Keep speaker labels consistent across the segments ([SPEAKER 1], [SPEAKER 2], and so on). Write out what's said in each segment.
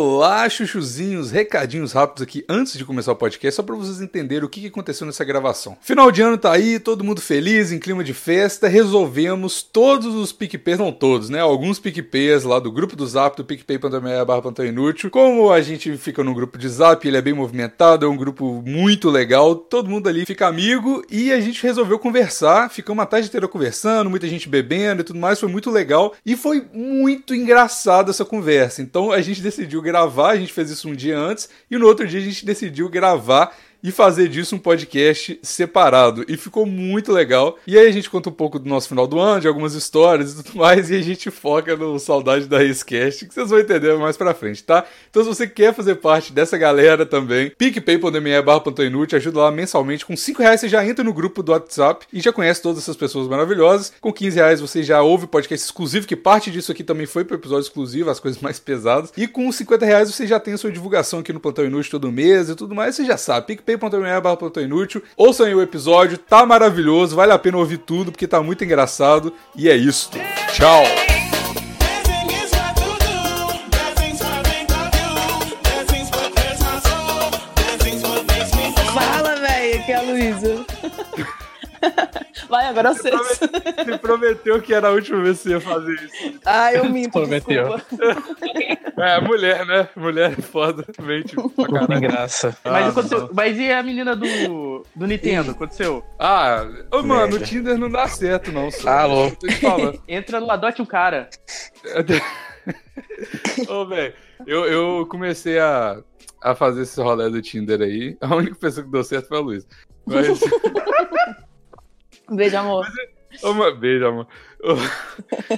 [SPEAKER 1] Olá, chuchuzinhos, recadinhos rápidos aqui antes de começar o podcast, só para vocês entenderem o que aconteceu nessa gravação. Final de ano tá aí, todo mundo feliz, em clima de festa, resolvemos todos os PicPays, não todos, né? Alguns PicPays lá do grupo do Zap, do PicPay.me barra Plantão Inútil. Como a gente fica num grupo de Zap, ele é bem movimentado, é um grupo muito legal, todo mundo ali fica amigo e a gente resolveu conversar, ficamos a tarde inteira conversando, muita gente bebendo e tudo mais, foi muito legal e foi muito engraçada essa conversa. Então a gente decidiu decidiu gravar, a gente fez isso um dia antes, e no outro dia a gente decidiu gravar e fazer disso um podcast separado. E ficou muito legal. E aí a gente conta um pouco do nosso final do ano, de algumas histórias e tudo mais, e a gente foca no Saudade da Racecast, que vocês vão entender mais pra frente, tá? Então se você quer fazer parte dessa galera também, picpay.me barra inútil, ajuda lá mensalmente. Com 5 reais você já entra no grupo do WhatsApp e já conhece todas essas pessoas maravilhosas. Com 15 reais você já ouve podcast exclusivo, que parte disso aqui também foi pro episódio exclusivo, as coisas mais pesadas. E com 50 reais você já tem a sua divulgação aqui no Plantão Inútil todo mês e tudo mais, você já sabe, picpay picpay.me inútil. Ouçam aí o episódio, tá maravilhoso, vale a pena ouvir tudo, porque tá muito engraçado. E é isso. Tchau!
[SPEAKER 2] Fala, velho, que é a Luísa. Vai, agora
[SPEAKER 1] Você
[SPEAKER 2] vocês.
[SPEAKER 1] prome- você prometeu que era a última vez que você ia fazer isso.
[SPEAKER 2] Ai, Ah, eu minto,
[SPEAKER 3] Prometeu.
[SPEAKER 2] desculpa.
[SPEAKER 1] É, mulher, né? Mulher é foda. Mente pra
[SPEAKER 3] Sem
[SPEAKER 1] caralho.
[SPEAKER 3] graça.
[SPEAKER 4] Mas,
[SPEAKER 1] Ah,
[SPEAKER 4] aconteceu-
[SPEAKER 1] não.
[SPEAKER 4] mas e a menina do, do Nintendo? Aconteceu?
[SPEAKER 1] Ah, ô, mano, o
[SPEAKER 3] Merda. Ah,
[SPEAKER 1] Tinder não dá certo, não. senhor.
[SPEAKER 3] Alô.
[SPEAKER 1] Tô te falando.
[SPEAKER 4] Entra no Adote um Cara.
[SPEAKER 1] Ô, velho, eu, eu comecei a, a fazer esse rolê do Tinder aí. A única pessoa que deu certo foi a Luísa. Mas.
[SPEAKER 2] Beijo, amor.
[SPEAKER 1] Ô, mano, beijo, amor. Ô,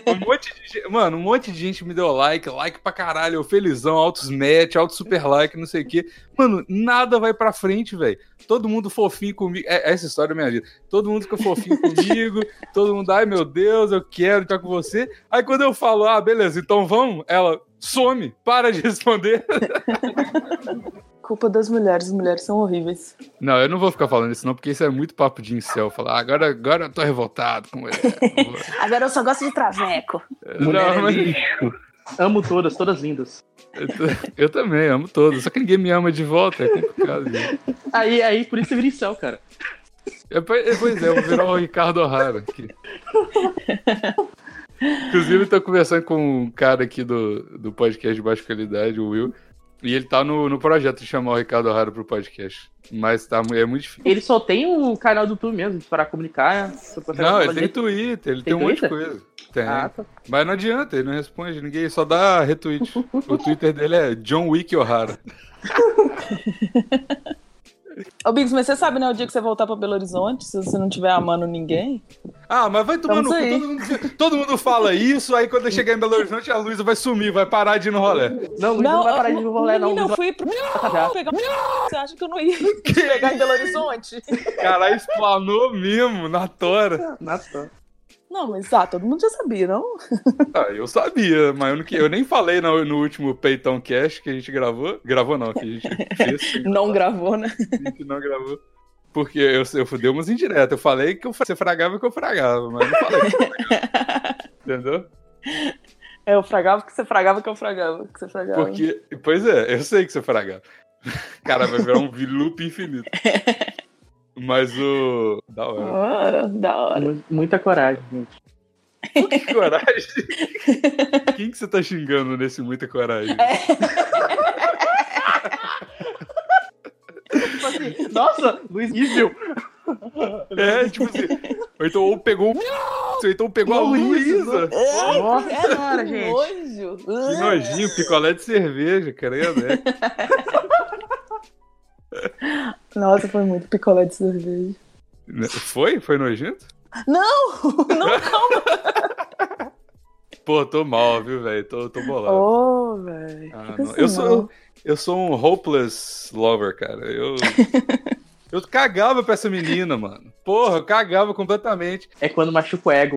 [SPEAKER 1] Um monte de gente, mano, um monte de gente me deu like, like pra caralho, eu felizão, altos match, alto super like, não sei o quê. Mano, nada vai pra frente, velho. Todo mundo fofinho comigo. É, essa história é minha vida. Todo mundo fica fofinho comigo, todo mundo, ai meu Deus, eu quero estar com você. Aí quando eu falo, ah, beleza, então vamos, ela some, para de responder.
[SPEAKER 2] Culpa das mulheres, as mulheres são horríveis.
[SPEAKER 1] Não, eu não vou ficar falando isso, não, porque isso é muito papo de incel. Falar, ah, agora, agora eu tô revoltado com ele.
[SPEAKER 2] Agora eu só gosto de traveco.
[SPEAKER 4] Mulher
[SPEAKER 1] Não,
[SPEAKER 4] é
[SPEAKER 1] mas-
[SPEAKER 4] lixo. Amo todas, todas lindas.
[SPEAKER 1] Eu, t- eu também, amo todos. Só que ninguém me ama de volta, é complicado. isso.
[SPEAKER 4] Aí, aí, por isso você vira em céu, cara.
[SPEAKER 1] É, po- é, pois é, eu vou virar o Ricardo O'Hara. aqui. Inclusive, eu tô conversando com um cara aqui do, do podcast de baixa qualidade, o Will. E ele tá no, no projeto de chamar o Ricardo O'Hara pro podcast. Mas tá, mu- é muito difícil.
[SPEAKER 4] Ele só tem o canal do YouTube mesmo, pra comunicar. Você consegue
[SPEAKER 1] Não, ele
[SPEAKER 4] fazer-
[SPEAKER 1] tem Twitter, ele tem,
[SPEAKER 4] Tá, Tem
[SPEAKER 1] um monte de
[SPEAKER 4] Twitter?
[SPEAKER 1] coisa. Tem.
[SPEAKER 4] Ah, tá.
[SPEAKER 1] Mas não adianta, ele não responde ninguém, só dá retweet. O Twitter dele é John Wick O'Hara.
[SPEAKER 2] Ô, Biggs, mas você sabe, né, o dia que você voltar pra Belo Horizonte, se você não tiver amando ninguém?
[SPEAKER 1] Ah, mas vai tomar no cu.
[SPEAKER 2] Estamos aí.
[SPEAKER 1] Todo mundo, todo mundo fala isso, aí quando eu chegar em Belo Horizonte, a Luísa vai sumir, vai parar de ir no rolê.
[SPEAKER 4] Não, Luiz não, vai parar de
[SPEAKER 2] eu-
[SPEAKER 4] rolê, não.
[SPEAKER 2] menina,
[SPEAKER 4] Luiz
[SPEAKER 2] eu fui pro... pegar... Você acha que eu não ia pegar em Belo Horizonte?
[SPEAKER 1] Caralho, explanou mesmo, na tora.
[SPEAKER 4] vai- Nossa.
[SPEAKER 2] Não, mas ah, todo mundo já sabia, não?
[SPEAKER 1] Ah, eu sabia, mas eu, não que- eu nem falei no, no último Peitão Cast que a gente gravou. Gravou não, que a gente fez,
[SPEAKER 2] Não gravou, né?
[SPEAKER 1] que a gente não gravou. Porque eu, eu fudei umas indiretas. Eu falei que eu, fra- você fragava que eu fragava, mas não falei. que eu fragava. Entendeu?
[SPEAKER 2] É, eu fragava que você fragava que eu fragava que você fragava.
[SPEAKER 1] Porque, pois é, eu sei que você fraga. Cara, vai virar um loop infinito. Mas o. Da hora.
[SPEAKER 2] Ah, da hora.
[SPEAKER 4] Mu- tá. Muita coragem, gente.
[SPEAKER 1] Que coragem. Quem que você tá xingando nesse muita coragem?
[SPEAKER 4] Tipo assim, Nossa, Luiz Evil.
[SPEAKER 1] É, tipo assim. Ou então ou pegou. Ou então pegou a
[SPEAKER 4] Luísa.
[SPEAKER 1] Luísa.
[SPEAKER 4] Nossa senhora,
[SPEAKER 2] É, que
[SPEAKER 4] gente.
[SPEAKER 2] nojo.
[SPEAKER 1] Que nojinho, picolé de cerveja, credo. É.
[SPEAKER 2] Nossa, foi muito picolé de cerveja.
[SPEAKER 1] Foi? Foi nojento?
[SPEAKER 2] Não,
[SPEAKER 1] Pô, tô mal, viu, velho? Tô, tô bolado.
[SPEAKER 2] Ô, velho.
[SPEAKER 1] Ah,
[SPEAKER 2] Fica
[SPEAKER 1] não.
[SPEAKER 2] assim,
[SPEAKER 1] Eu
[SPEAKER 2] não.
[SPEAKER 1] sou, eu sou um hopeless lover, cara. Eu, eu cagava pra essa menina, mano. Porra, eu cagava completamente.
[SPEAKER 4] É quando machuca o ego.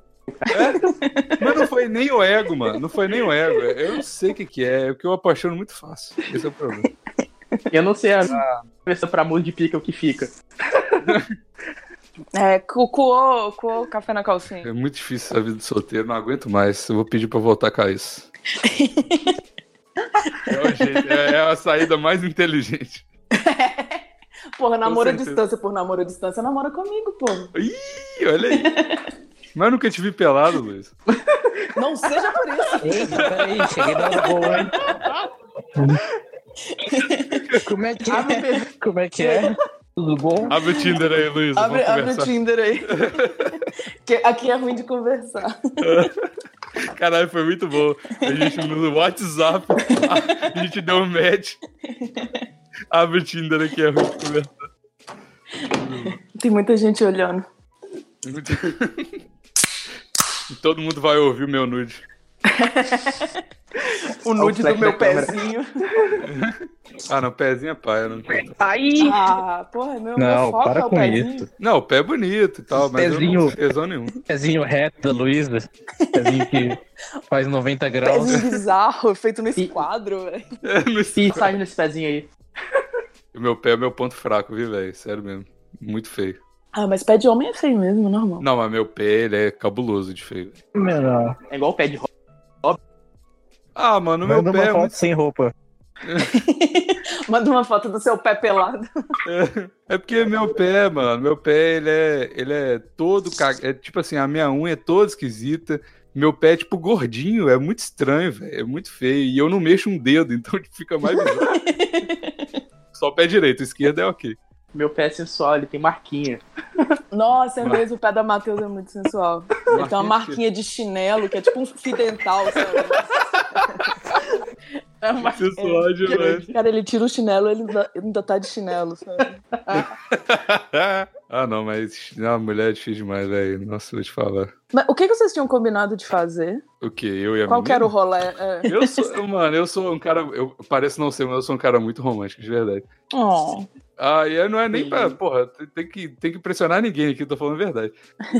[SPEAKER 1] Mas não foi nem o ego, mano. Não foi nem o ego. Eu não sei o que, que é, porque eu apaixono muito fácil. Esse é o problema.
[SPEAKER 4] Eu não sei a pessoa pra amor de pica o que fica.
[SPEAKER 2] É, cu- coou, coou café na calcinha.
[SPEAKER 1] É muito difícil essa vida de solteiro, não aguento mais. Eu vou pedir pra voltar com isso. É, o jeito, é- é a saída mais inteligente.
[SPEAKER 2] Porra, namoro à
[SPEAKER 1] certeza.
[SPEAKER 2] distância por namoro à distância, namora comigo, pô.
[SPEAKER 1] Ih, olha aí. Mas eu nunca te vi pelado, Luiz.
[SPEAKER 2] Não seja por isso.
[SPEAKER 3] Eita, peraí, cheguei na boa, hein? Como é que
[SPEAKER 1] Ah,
[SPEAKER 3] é? Como é que é? Tudo bom?
[SPEAKER 1] Abre o Tinder aí, Luiz.
[SPEAKER 2] Abre,
[SPEAKER 1] vamos
[SPEAKER 2] abre o
[SPEAKER 1] conversar.
[SPEAKER 2] Tinder aí. Que aqui é ruim de conversar.
[SPEAKER 1] Caralho, foi muito bom. A gente no WhatsApp, a gente deu um match. Abre o Tinder aqui, é ruim de conversar.
[SPEAKER 2] Tem muita gente olhando.
[SPEAKER 1] Muito... E todo mundo vai ouvir o meu nude.
[SPEAKER 2] O nude
[SPEAKER 4] flash
[SPEAKER 2] do meu
[SPEAKER 4] da câmera.
[SPEAKER 2] pezinho.
[SPEAKER 1] Ah, não, pezinho é pai. Eu não... tenho.
[SPEAKER 4] Aí!
[SPEAKER 2] Ah, porra, meu, meu
[SPEAKER 3] Não,
[SPEAKER 2] foco é
[SPEAKER 3] para
[SPEAKER 2] o
[SPEAKER 3] com
[SPEAKER 2] pezinho.
[SPEAKER 3] isso.
[SPEAKER 1] Não, o pé é bonito e tal, mas eu não
[SPEAKER 3] Pezinho.
[SPEAKER 1] tenho tesão nenhum.
[SPEAKER 3] Pezinho reto da Luísa. Pezinho que faz 90 graus.
[SPEAKER 2] Pezinho bizarro, feito nesse
[SPEAKER 4] E-
[SPEAKER 2] quadro, velho.
[SPEAKER 1] É, mas-
[SPEAKER 4] Mensagem nesse pezinho aí.
[SPEAKER 1] O meu pé é meu ponto fraco, viu, velho? Sério mesmo. Muito feio.
[SPEAKER 2] Ah, mas pé de homem é feio mesmo, normal.
[SPEAKER 1] Não, mas meu pé, ele é cabuloso de feio. velho.
[SPEAKER 3] Não,
[SPEAKER 4] É igual o pé de roda.
[SPEAKER 1] Ah, mano, o meu
[SPEAKER 3] manda
[SPEAKER 1] pé
[SPEAKER 3] uma
[SPEAKER 1] é
[SPEAKER 3] foto
[SPEAKER 1] muito...
[SPEAKER 3] sem roupa.
[SPEAKER 2] Manda uma foto do seu pé pelado.
[SPEAKER 1] É porque meu pé, mano, meu pé, ele é, ele é todo cagado. É tipo assim, a minha unha é toda esquisita. Meu pé é tipo gordinho, é muito estranho, velho. É muito feio. E eu não mexo um dedo, então fica mais bizarro. Só o pé direito, o esquerdo é ok.
[SPEAKER 4] Meu pé é sensual, ele tem marquinha.
[SPEAKER 2] Nossa, é mesmo, o pé da Matheus é muito sensual. Ele tem uma marquinha de chinelo, que é tipo um fio dental, sabe?
[SPEAKER 4] É uma marquinha.
[SPEAKER 1] Sensual demais.
[SPEAKER 2] Cara, ele tira o chinelo, ele ainda- ainda tá de chinelo, sabe?
[SPEAKER 1] ah, não, mas não, mulher é difícil demais, velho. Nossa, vou te falar.
[SPEAKER 2] Mas o que, que vocês tinham combinado de fazer?
[SPEAKER 1] O quê? Eu e a
[SPEAKER 2] Qual que era
[SPEAKER 1] menina?
[SPEAKER 2] o rolê? É.
[SPEAKER 1] Eu sou, mano, eu sou um cara. Eu pareço não ser, mas eu sou um cara muito romântico, de verdade.
[SPEAKER 2] Oh.
[SPEAKER 1] Ah, e aí não é nem
[SPEAKER 4] Sim.
[SPEAKER 1] pra. Porra, tem- tem que, tem que impressionar ninguém aqui, tô falando a verdade.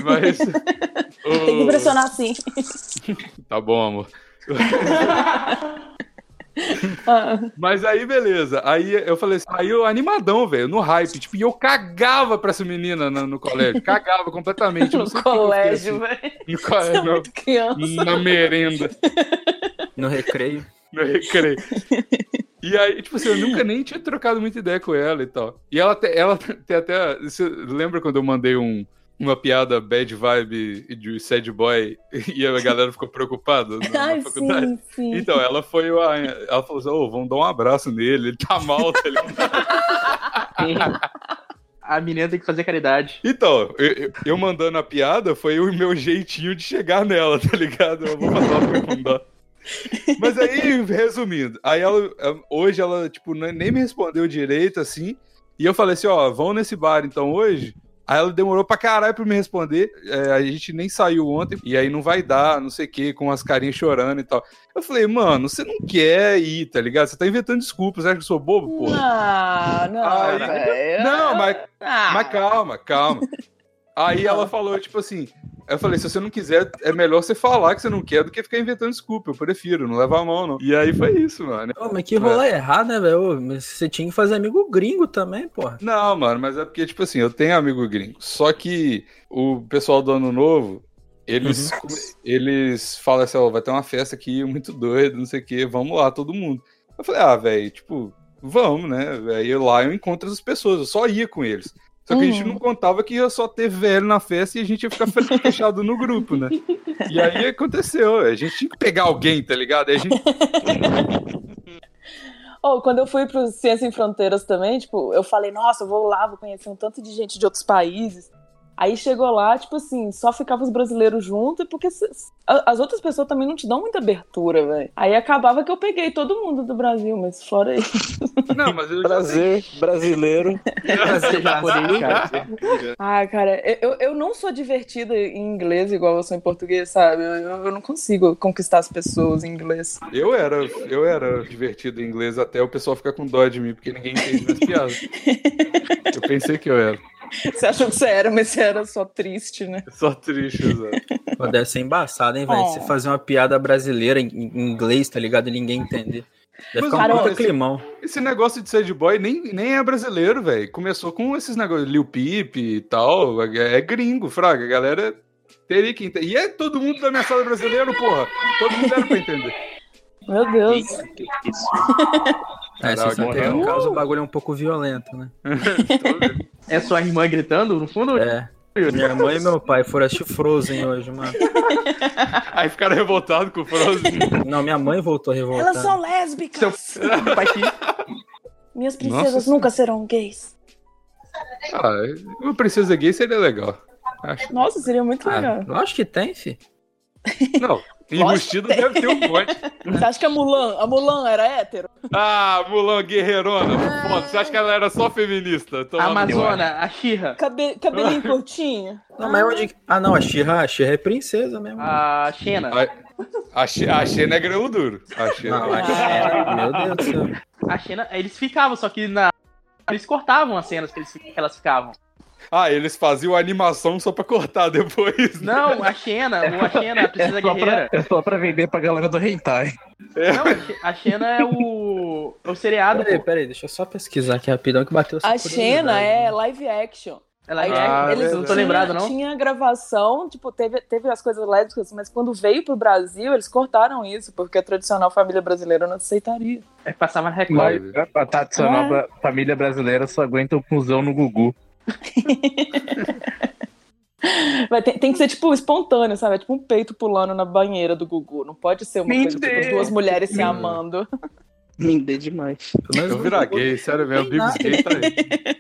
[SPEAKER 1] Mas.
[SPEAKER 2] Tem que
[SPEAKER 1] o-
[SPEAKER 2] impressionar assim.
[SPEAKER 1] Tá bom, amor.
[SPEAKER 2] Ah.
[SPEAKER 1] Mas aí, beleza. Aí eu falei assim, aí eu animadão, velho, no hype. Tipo, e eu cagava pra essa menina na- no, colégio. Cagava completamente. eu não
[SPEAKER 2] No
[SPEAKER 1] sei por que eu fiquei
[SPEAKER 4] é,
[SPEAKER 2] colégio, velho. é
[SPEAKER 1] assim. No colégio, não.
[SPEAKER 2] Muito criança.
[SPEAKER 1] na merenda,
[SPEAKER 5] No recreio.
[SPEAKER 1] no recreio. E aí, tipo assim, eu nunca nem tinha trocado muita ideia com ela e tal. E ela, te- ela tem até. Você lembra quando eu mandei um, uma piada bad vibe de sad boy e a galera ficou preocupada na, na
[SPEAKER 2] Ai,
[SPEAKER 1] faculdade?
[SPEAKER 2] sim, sim.
[SPEAKER 1] Então, ela foi. a- Ela falou assim: ô, vamos dar um abraço nele, ele tá mal, tá ligado?
[SPEAKER 4] A menina tem que fazer caridade.
[SPEAKER 1] Então, eu, eu- eu mandando a piada foi o meu jeitinho de chegar nela, tá ligado? Eu vou mandar pra perguntar. Mas aí, resumindo, aí ela. Hoje ela, tipo, ne- nem me respondeu direito, assim. E eu falei assim: ó, vão nesse bar então hoje. Aí ela demorou pra caralho pra me responder. É, a gente nem saiu ontem, e aí não vai dar, não sei o quê, com as carinhas chorando e tal. Eu falei, mano, você não quer ir, tá ligado? Você tá inventando desculpas, acha que eu sou bobo, porra?
[SPEAKER 2] Ah, não,
[SPEAKER 1] Aí-
[SPEAKER 2] velho.
[SPEAKER 1] Não, mas
[SPEAKER 2] Ah.
[SPEAKER 1] é. mas calma, calma. Aí ela falou, tipo assim, eu falei, se você não quiser, é melhor você falar que você não quer do que ficar inventando desculpa. Eu prefiro, não leva a mão, não. E aí foi isso, mano.
[SPEAKER 5] Ô, mas que rolê
[SPEAKER 1] É.
[SPEAKER 5] errado, né, velho? Ô, mas Você tinha que fazer amigo gringo também, porra.
[SPEAKER 1] Não, mano, mas é porque, tipo assim, eu tenho amigo gringo. Só que o pessoal do ano novo, eles, eles falam assim, ó, vai ter uma festa aqui muito doida, não sei o quê, vamos lá, todo mundo. Eu falei, ah, velho, tipo, vamos, né? Aí lá eu encontro as pessoas, eu só ia com eles. Só que a gente
[SPEAKER 2] Uhum.
[SPEAKER 1] não contava que ia só ter velho na festa e a gente ia ficar fe- fechado no grupo, né? E aí aconteceu, a gente tinha que pegar alguém, tá ligado? Aí a gente,
[SPEAKER 2] Oh, quando eu fui pro Ciência em Fronteiras também, tipo, eu falei, nossa, eu vou lá, vou conhecer um tanto de gente de outros países. Aí chegou lá, tipo assim, só ficavam os brasileiros juntos, porque se- a- as outras pessoas também não te dão muita abertura, velho. Aí acabava que eu peguei todo mundo do Brasil, mas fora isso.
[SPEAKER 1] não, mas eu já
[SPEAKER 3] Prazer, brasileiro.
[SPEAKER 4] Você já poderia, cara.
[SPEAKER 2] Ah, cara, eu, eu- eu não sou divertida em inglês igual eu sou em português, sabe? Eu, eu- eu não consigo conquistar as pessoas em inglês.
[SPEAKER 1] Eu era, eu era divertido em inglês até o pessoal ficar com dó de mim, porque ninguém entende minhas piadas. Eu pensei que eu era.
[SPEAKER 2] Você achou que você era, mas você era só triste, né?
[SPEAKER 1] Só triste, exato.
[SPEAKER 5] Pô, deve ser embaçado, hein, velho?
[SPEAKER 2] É.
[SPEAKER 5] Você fazer uma piada brasileira em em inglês, tá ligado? E ninguém entender. Deve
[SPEAKER 1] Mas,
[SPEAKER 5] ficar
[SPEAKER 2] cara,
[SPEAKER 5] um puta
[SPEAKER 1] esse-
[SPEAKER 5] climão.
[SPEAKER 1] Esse negócio de sad boy nem, nem é brasileiro, velho. Começou com esses negócios, Lil Peep e tal. É, é gringo, fraga. A galera teria que entender. E é todo mundo da minha sala brasileiro, porra. Todo mundo era pra entender.
[SPEAKER 2] Meu Deus.
[SPEAKER 6] Isso.
[SPEAKER 5] É,
[SPEAKER 1] Caraca,
[SPEAKER 5] você só tem um
[SPEAKER 6] morreu.
[SPEAKER 5] caso, o bagulho é um pouco violento, né?
[SPEAKER 4] É sua irmã gritando no fundo?
[SPEAKER 5] É. Minha mãe e meu pai foram assistir Frozen hoje, mano.
[SPEAKER 1] Aí ficaram revoltados com o Frozen.
[SPEAKER 5] Não, minha mãe voltou revoltada.
[SPEAKER 2] Elas são lésbicas.
[SPEAKER 4] Seu pai que
[SPEAKER 1] Nossa
[SPEAKER 2] Minhas princesas
[SPEAKER 1] Senhora.
[SPEAKER 2] nunca serão gays.
[SPEAKER 1] Ah, uma princesa gay seria legal. Acho.
[SPEAKER 2] Nossa, seria muito legal.
[SPEAKER 5] Ah, eu acho que tem, fi.
[SPEAKER 1] Não, enrustido deve ter um monte.
[SPEAKER 2] Você acha que a Mulan, a Mulan era hétero?
[SPEAKER 1] Ah, Mulan guerreirona.
[SPEAKER 2] Ah.
[SPEAKER 1] Foda, você acha que ela era só feminista? Toma
[SPEAKER 4] A
[SPEAKER 1] no cu.
[SPEAKER 4] Amazona, a Xirra,
[SPEAKER 2] Cabe- cabelinho
[SPEAKER 4] Ah.
[SPEAKER 2] curtinho?
[SPEAKER 5] Não, mas onde. Ah, não, a Xirra, a Xirra é princesa mesmo.
[SPEAKER 4] a Xena.
[SPEAKER 1] A Xe- a Xena é grão duro. A é Xena-
[SPEAKER 5] Não, a
[SPEAKER 2] Ah.
[SPEAKER 5] Xirra. é- Meu Deus do céu.
[SPEAKER 4] A Xena, eles ficavam, só que na... eles cortavam as cenas que, eles, que elas ficavam.
[SPEAKER 1] Ah, eles faziam a animação só pra cortar depois. né?
[SPEAKER 4] Não, a Xena, ou a Xena, a Princesa
[SPEAKER 6] É só, pra,
[SPEAKER 4] Guerreira.
[SPEAKER 6] é só pra vender pra galera do Hentai.
[SPEAKER 4] Não, a Xe- a Xena é o, é o seriado,
[SPEAKER 5] Peraí,
[SPEAKER 4] pô.
[SPEAKER 5] peraí, deixa eu só pesquisar aqui rapidão que bateu essa
[SPEAKER 2] A
[SPEAKER 5] curiosidade,
[SPEAKER 2] Xena é
[SPEAKER 5] né?
[SPEAKER 2] live action.
[SPEAKER 4] Ela
[SPEAKER 2] Aí
[SPEAKER 4] é,
[SPEAKER 1] Ah,
[SPEAKER 2] eles
[SPEAKER 4] eu não tô lembrado, não.
[SPEAKER 2] Tinha gravação, tipo, teve, teve as coisas lésbicas, assim, mas quando veio pro Brasil, eles cortaram isso, porque a tradicional família brasileira não aceitaria.
[SPEAKER 4] É que passava na Record.
[SPEAKER 1] Mas-
[SPEAKER 6] Mas a
[SPEAKER 5] Ah.
[SPEAKER 6] tradicional da família brasileira só aguenta o cuzão no Gugu.
[SPEAKER 2] Mas tem, tem que ser, tipo, espontâneo, sabe? É tipo um peito pulando na banheira do Gugu. Não pode ser uma coisa, tipo,
[SPEAKER 6] Mentira.
[SPEAKER 2] duas mulheres se
[SPEAKER 5] Hum.
[SPEAKER 1] Mentira.
[SPEAKER 2] amando.
[SPEAKER 6] Linda demais.
[SPEAKER 5] Pelo menos
[SPEAKER 1] Eu
[SPEAKER 5] no
[SPEAKER 1] virar
[SPEAKER 5] Google.
[SPEAKER 1] gay, sério mesmo. Bigos gay tá aí.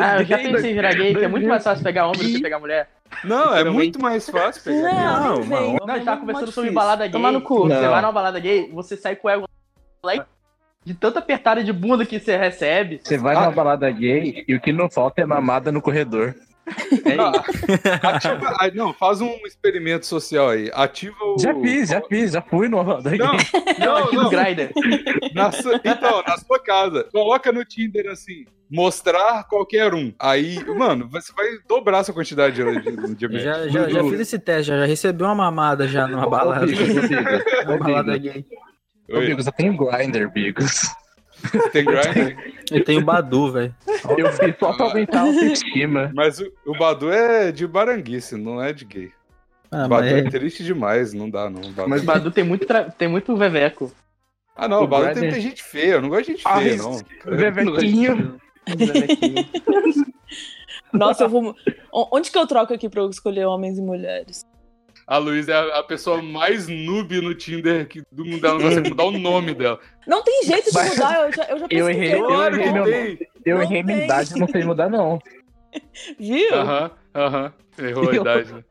[SPEAKER 4] Ah, eu já pensei em virar gay, que é muito mais fácil pegar homem do que pegar mulher.
[SPEAKER 1] Não, é muito mais fácil pegar. gay.
[SPEAKER 5] Não,
[SPEAKER 2] nem
[SPEAKER 5] não.
[SPEAKER 2] vem.
[SPEAKER 4] Não, a gente
[SPEAKER 2] Tá
[SPEAKER 4] tava
[SPEAKER 2] muito
[SPEAKER 4] conversando sobre
[SPEAKER 2] difícil.
[SPEAKER 4] balada gay.
[SPEAKER 2] Tomar no cu.
[SPEAKER 4] Você
[SPEAKER 6] Não.
[SPEAKER 4] vai numa balada gay, você sai com o ego lá de tanta apertada de bunda que você recebe.
[SPEAKER 6] Você
[SPEAKER 1] Ah.
[SPEAKER 6] vai numa balada gay e o que não falta é mamada no corredor. É
[SPEAKER 1] Não,
[SPEAKER 6] isso.
[SPEAKER 1] ativa- ah, não, faz um experimento social aí. Ativa o.
[SPEAKER 6] Já fiz, já fiz, já fui numa balada gay.
[SPEAKER 1] Não, não,
[SPEAKER 4] aqui no
[SPEAKER 1] não.
[SPEAKER 4] Grindr.
[SPEAKER 1] Na su- Então, na sua casa, coloca no Tinder assim, mostrar qualquer um. Aí, mano, você vai dobrar sua quantidade de, de, de match.
[SPEAKER 5] Já, já, já fiz esse teste, já, já recebi uma mamada já numa balada.
[SPEAKER 6] Bigos, ô, Bigos.
[SPEAKER 5] Uma balada gay.
[SPEAKER 6] Ô,
[SPEAKER 1] Oi,
[SPEAKER 6] Bigos, eu tenho grinder, Bigos.
[SPEAKER 1] tem né? grind?
[SPEAKER 5] Eu tenho Badu, velho.
[SPEAKER 6] Eu fiz só pra aumentar a autoestima.
[SPEAKER 1] Mas o, o Badu é de baranguice, não é de gay.
[SPEAKER 5] Ah,
[SPEAKER 1] Badu é
[SPEAKER 5] mas
[SPEAKER 1] triste demais, não dá não. Badu.
[SPEAKER 4] Mas tipo, Badu tem muito, tra- tem muito veveco.
[SPEAKER 1] Ah, não,
[SPEAKER 6] O
[SPEAKER 1] o Badu tem,
[SPEAKER 6] Grindr-
[SPEAKER 1] tem gente feia, eu não gosto de gente
[SPEAKER 6] Ah,
[SPEAKER 1] feia,
[SPEAKER 6] isso.
[SPEAKER 1] não.
[SPEAKER 6] Vevequinho.
[SPEAKER 2] Nossa, eu vou. O- Onde que eu troco aqui pra eu escolher homens e mulheres?
[SPEAKER 1] A Luísa é a, a pessoa mais noob no Tinder que do mundo, ela não consegue mudar o nome dela.
[SPEAKER 2] Não tem jeito de mudar, eu já, eu já
[SPEAKER 6] Eu errei,
[SPEAKER 2] pesquisei.
[SPEAKER 6] eu Claro errei
[SPEAKER 1] que
[SPEAKER 6] meu
[SPEAKER 1] tem!
[SPEAKER 6] Eu
[SPEAKER 2] Não
[SPEAKER 6] errei minha
[SPEAKER 2] tem.
[SPEAKER 6] idade, não sei mudar, não.
[SPEAKER 2] Viu?
[SPEAKER 1] Aham, aham. Errou a
[SPEAKER 6] Eu-
[SPEAKER 1] idade, né?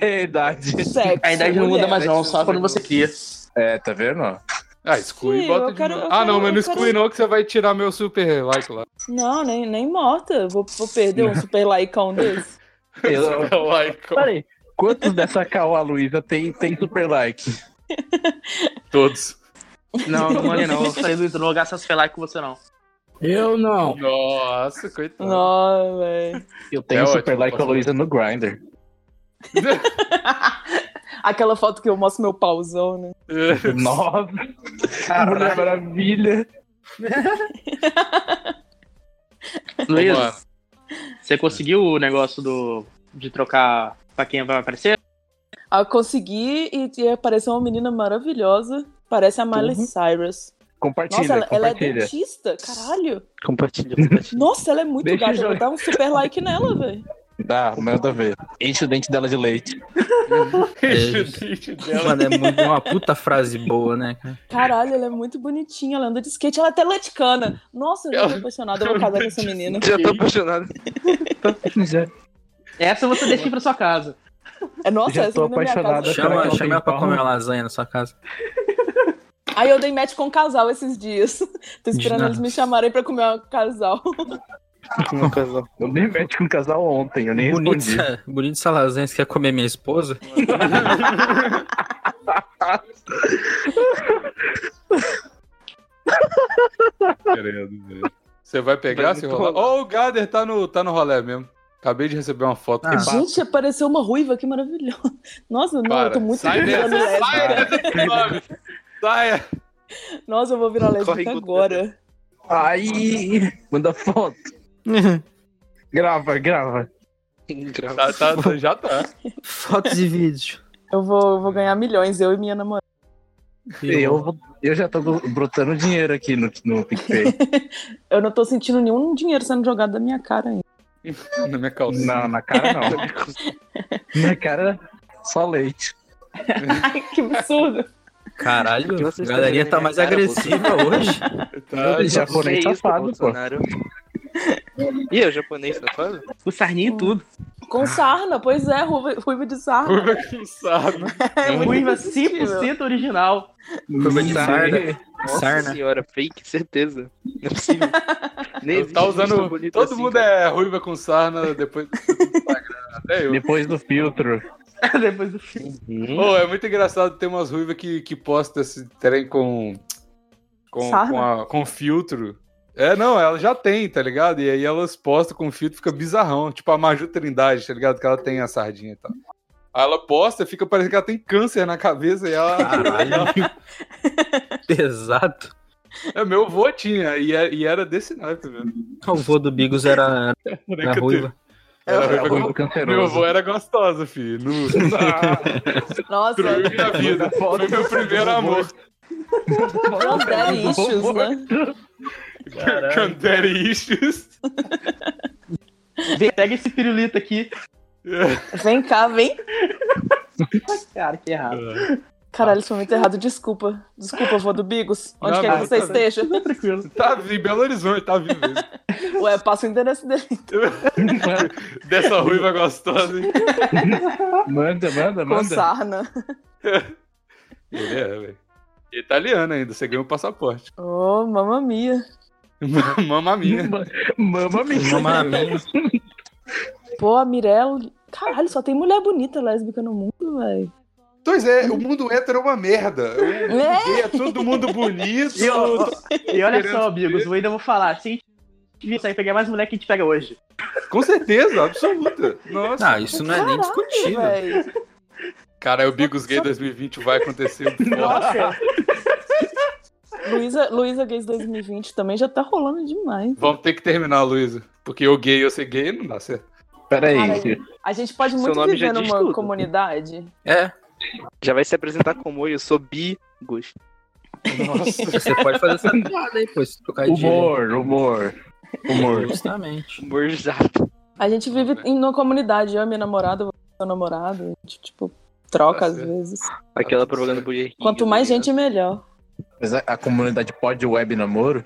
[SPEAKER 6] É idade.
[SPEAKER 2] Sexo,
[SPEAKER 4] A idade não
[SPEAKER 2] mulher.
[SPEAKER 4] muda mais, não, só quando você cria.
[SPEAKER 6] É, tá vendo? ó?
[SPEAKER 1] Ah, exclui
[SPEAKER 2] Sim,
[SPEAKER 1] e bota
[SPEAKER 2] eu
[SPEAKER 1] de
[SPEAKER 2] quero-
[SPEAKER 1] novo.
[SPEAKER 2] eu
[SPEAKER 1] Ah, não, mas
[SPEAKER 2] quero-
[SPEAKER 1] não
[SPEAKER 2] eu quero-
[SPEAKER 1] exclui não que você vai tirar meu super like lá.
[SPEAKER 2] Não, nem, nem morta. Vou, vou perder um super laicão desse.
[SPEAKER 6] Eu-
[SPEAKER 1] Super like.
[SPEAKER 6] Peraí, quantos dessa Caoa Luísa tem, tem super like?
[SPEAKER 1] Todos.
[SPEAKER 4] Não, não olha não. Eu falei, Luiz, eu não vou gastar esse felai com você, não.
[SPEAKER 5] Eu não.
[SPEAKER 1] Nossa, coitado.
[SPEAKER 2] Nossa, velho.
[SPEAKER 6] Eu tenho
[SPEAKER 1] É
[SPEAKER 6] super
[SPEAKER 1] ótimo,
[SPEAKER 6] like com a
[SPEAKER 1] posso-
[SPEAKER 6] Luísa no Grindr.
[SPEAKER 2] Aquela foto que eu mostro meu pauzão, né?
[SPEAKER 1] Eh,
[SPEAKER 6] Nossa, mulher maravilha.
[SPEAKER 4] Luiz,
[SPEAKER 1] Vamos
[SPEAKER 4] você conseguiu o negócio do de trocar pra quem vai aparecer?
[SPEAKER 2] Ah, eu consegui e, e apareceu uma menina maravilhosa. Parece a Miley
[SPEAKER 6] Uhum.
[SPEAKER 2] Cyrus. Nossa,
[SPEAKER 6] Compartilha,
[SPEAKER 2] ela, ela é
[SPEAKER 6] compartilha.
[SPEAKER 2] dentista? Caralho.
[SPEAKER 6] Compartilha, compartilha.
[SPEAKER 2] Nossa, ela é muito
[SPEAKER 6] Deixa
[SPEAKER 2] gata.
[SPEAKER 6] eu
[SPEAKER 2] Eu vou dar um super like nela, velho.
[SPEAKER 6] Dá, manda ver. Enche o dente dela de leite.
[SPEAKER 1] Enche o dente dela.
[SPEAKER 5] é Mano, é muito- uma puta frase boa, né? cara?
[SPEAKER 2] Caralho, ela é muito bonitinha. Ela anda de skate. Ela é atleticana. Nossa, eu já tô
[SPEAKER 1] Ela-
[SPEAKER 2] apaixonada. Eu vou casar com essa menina.
[SPEAKER 1] Já tô apaixonado.
[SPEAKER 4] Essa você deixa pra sua casa.
[SPEAKER 2] É, Nossa,
[SPEAKER 6] Já
[SPEAKER 2] essa
[SPEAKER 6] tô
[SPEAKER 2] menina é minha casa.
[SPEAKER 6] apaixonada. Será que
[SPEAKER 5] Chama,
[SPEAKER 6] ela tem
[SPEAKER 5] chama ela pra
[SPEAKER 6] palma?
[SPEAKER 5] comer uma lasanha na sua casa.
[SPEAKER 2] Aí eu dei match com um casal esses dias. Tô esperando
[SPEAKER 5] nada.
[SPEAKER 2] eles me chamarem pra comer um casal.
[SPEAKER 6] Eu nem meti com
[SPEAKER 3] um
[SPEAKER 6] o casal ontem, eu nem
[SPEAKER 5] Bonito,
[SPEAKER 6] respondi.
[SPEAKER 5] essa- bonito essa lasanha, você quer comer minha esposa?
[SPEAKER 1] Você vai pegar,
[SPEAKER 6] Vai
[SPEAKER 1] se
[SPEAKER 6] muito
[SPEAKER 1] rolar? Ó, o Gader tá no, tá no rolé mesmo. Acabei de receber uma foto.
[SPEAKER 6] Tá.
[SPEAKER 5] Ah,
[SPEAKER 2] Gente, apareceu uma ruiva, que maravilhosa. Nossa, não, eu
[SPEAKER 1] Para,
[SPEAKER 2] tô muito
[SPEAKER 1] sai
[SPEAKER 2] virando
[SPEAKER 1] dessa,
[SPEAKER 2] lésbica.
[SPEAKER 1] sai dessa, sabe? Sai.
[SPEAKER 2] Nossa, eu vou virar
[SPEAKER 7] Corre
[SPEAKER 2] lésbica
[SPEAKER 7] com
[SPEAKER 2] agora.
[SPEAKER 6] Ai, manda foto. Grava, grava.
[SPEAKER 1] Tá, tá, tá, já tá.
[SPEAKER 5] Fotos e vídeos.
[SPEAKER 2] Eu vou, eu vou ganhar milhões, eu e minha namorada.
[SPEAKER 3] E eu, vou- eu já tô brotando dinheiro aqui no, no PicPay.
[SPEAKER 2] Eu não tô sentindo nenhum dinheiro sendo jogado da minha cara ainda.
[SPEAKER 1] na minha calcinha.
[SPEAKER 3] Não, na cara não. na cara, só leite.
[SPEAKER 2] Ai, que absurdo.
[SPEAKER 5] Caralho,
[SPEAKER 8] Porque
[SPEAKER 5] a
[SPEAKER 8] vocês
[SPEAKER 5] galerinha tá
[SPEAKER 8] estão
[SPEAKER 5] mais
[SPEAKER 8] vendo a minha
[SPEAKER 5] agressiva hoje.
[SPEAKER 1] Tá,
[SPEAKER 3] Ele já- japonês
[SPEAKER 8] Que isso,
[SPEAKER 3] safado, pô.
[SPEAKER 8] Bolsonaro. Ih, é o japonês safado?
[SPEAKER 4] O sarninho e tudo.
[SPEAKER 2] Com sarna, pois é, ruiva, ruiva de sarna.
[SPEAKER 1] Curva que sabe.
[SPEAKER 2] É muito
[SPEAKER 4] Ruiva
[SPEAKER 2] irresistível.
[SPEAKER 4] 100% original.
[SPEAKER 5] Curva de sarna.
[SPEAKER 8] Nossa
[SPEAKER 5] Sarna.
[SPEAKER 8] senhora, fake, certeza. Não é possível. Nem existe
[SPEAKER 1] Tá
[SPEAKER 8] gente tão
[SPEAKER 1] usando.
[SPEAKER 8] bonita
[SPEAKER 1] Todo
[SPEAKER 8] assim,
[SPEAKER 1] mundo
[SPEAKER 8] cara.
[SPEAKER 1] é ruiva com sarna depois do Instagram. Até eu.
[SPEAKER 3] Depois do filtro.
[SPEAKER 4] Depois do filme.
[SPEAKER 8] Uhum.
[SPEAKER 1] Ô, é muito engraçado ter umas ruivas que, que posta esse trem com. Com,
[SPEAKER 2] Sarna?
[SPEAKER 1] com, a- com filtro. É, não, ela já tem, tá ligado? E aí elas postam com filtro, fica bizarrão. Tipo a Maju Trindade, tá ligado? Que ela tem a sardinha e tal. Aí ela posta, fica parecendo que ela tem câncer na cabeça e ela.
[SPEAKER 5] Caralho. Pesado.
[SPEAKER 1] É, meu avô tinha, e, é- e era desse naipe, velho.
[SPEAKER 5] O vô do Bigos era
[SPEAKER 1] é
[SPEAKER 5] na ruiva.
[SPEAKER 1] Era ruiva
[SPEAKER 3] Algo
[SPEAKER 1] com- Meu avô era gostoso, filho. No...
[SPEAKER 2] Nossa,
[SPEAKER 1] Destruiu minha vida. Foi meu primeiro amor.
[SPEAKER 2] Cranberry issues, né?
[SPEAKER 1] Candere issues.
[SPEAKER 4] Vem, pega esse pirulito aqui.
[SPEAKER 2] Vem cá, vem.
[SPEAKER 4] Cara, que errado.
[SPEAKER 2] Caralho, isso foi muito errado, desculpa. Desculpa, vô do Bigos. Onde
[SPEAKER 1] Não,
[SPEAKER 2] quer que
[SPEAKER 1] não,
[SPEAKER 2] você
[SPEAKER 1] tá
[SPEAKER 2] esteja.
[SPEAKER 4] Tranquilo.
[SPEAKER 1] Tá vivo, em Belo Horizonte, tá vivo mesmo.
[SPEAKER 2] Ué, passa o endereço dele.
[SPEAKER 1] Dessa ruiva gostosa, hein?
[SPEAKER 3] Manda, manda,
[SPEAKER 2] Com
[SPEAKER 3] manda.
[SPEAKER 2] sarna.
[SPEAKER 1] Ele é, velho. E Italiano ainda, você ganhou o passaporte.
[SPEAKER 2] Oh, mamma mia.
[SPEAKER 1] Mamma minha.
[SPEAKER 3] Mama minha.
[SPEAKER 5] Uma minha.
[SPEAKER 2] Pô, a Mirella. Caralho, só tem mulher bonita lésbica no mundo, velho.
[SPEAKER 1] Pois é, o mundo hétero é uma merda. O mundo
[SPEAKER 2] É.
[SPEAKER 1] gay é todo mundo bonito.
[SPEAKER 4] E, ó,
[SPEAKER 1] todo-
[SPEAKER 4] E olha só, amigos, eu ainda vou falar. Se a gente sair pegar mais mulher que a gente pega hoje.
[SPEAKER 1] Com certeza, absoluta. Nossa.
[SPEAKER 5] Não, isso não é nem discutível.
[SPEAKER 2] Véi.
[SPEAKER 1] Cara, o Bigos Gay 2020 vai acontecer. um
[SPEAKER 4] Nossa,
[SPEAKER 2] Luísa, Luísa Gays 2020 também já tá rolando demais.
[SPEAKER 1] Vamos ter que terminar, Luísa. Porque eu gay, eu ser gay, não dá certo.
[SPEAKER 3] Pera
[SPEAKER 2] Cara,
[SPEAKER 3] aí. que-
[SPEAKER 2] A gente pode
[SPEAKER 8] Seu
[SPEAKER 2] muito
[SPEAKER 8] nome já
[SPEAKER 2] viver
[SPEAKER 8] diz
[SPEAKER 2] numa
[SPEAKER 8] tudo.
[SPEAKER 2] comunidade.
[SPEAKER 5] É,
[SPEAKER 8] Já vai se apresentar como oi, eu sou Bigos.
[SPEAKER 1] Nossa.
[SPEAKER 5] você pode fazer essa piada aí, pô. Se trocar de...
[SPEAKER 3] Humor, humor. Humor.
[SPEAKER 5] Justamente.
[SPEAKER 8] Humor exato.
[SPEAKER 2] A gente vive em uma comunidade. Eu, minha namorada, eu, meu namorado. A gente, tipo, troca às
[SPEAKER 1] Nossa.
[SPEAKER 2] vezes.
[SPEAKER 8] Aquela propaganda bonequinha.
[SPEAKER 2] Quanto mais gente, melhor.
[SPEAKER 3] Mas a, a comunidade pode web namoro?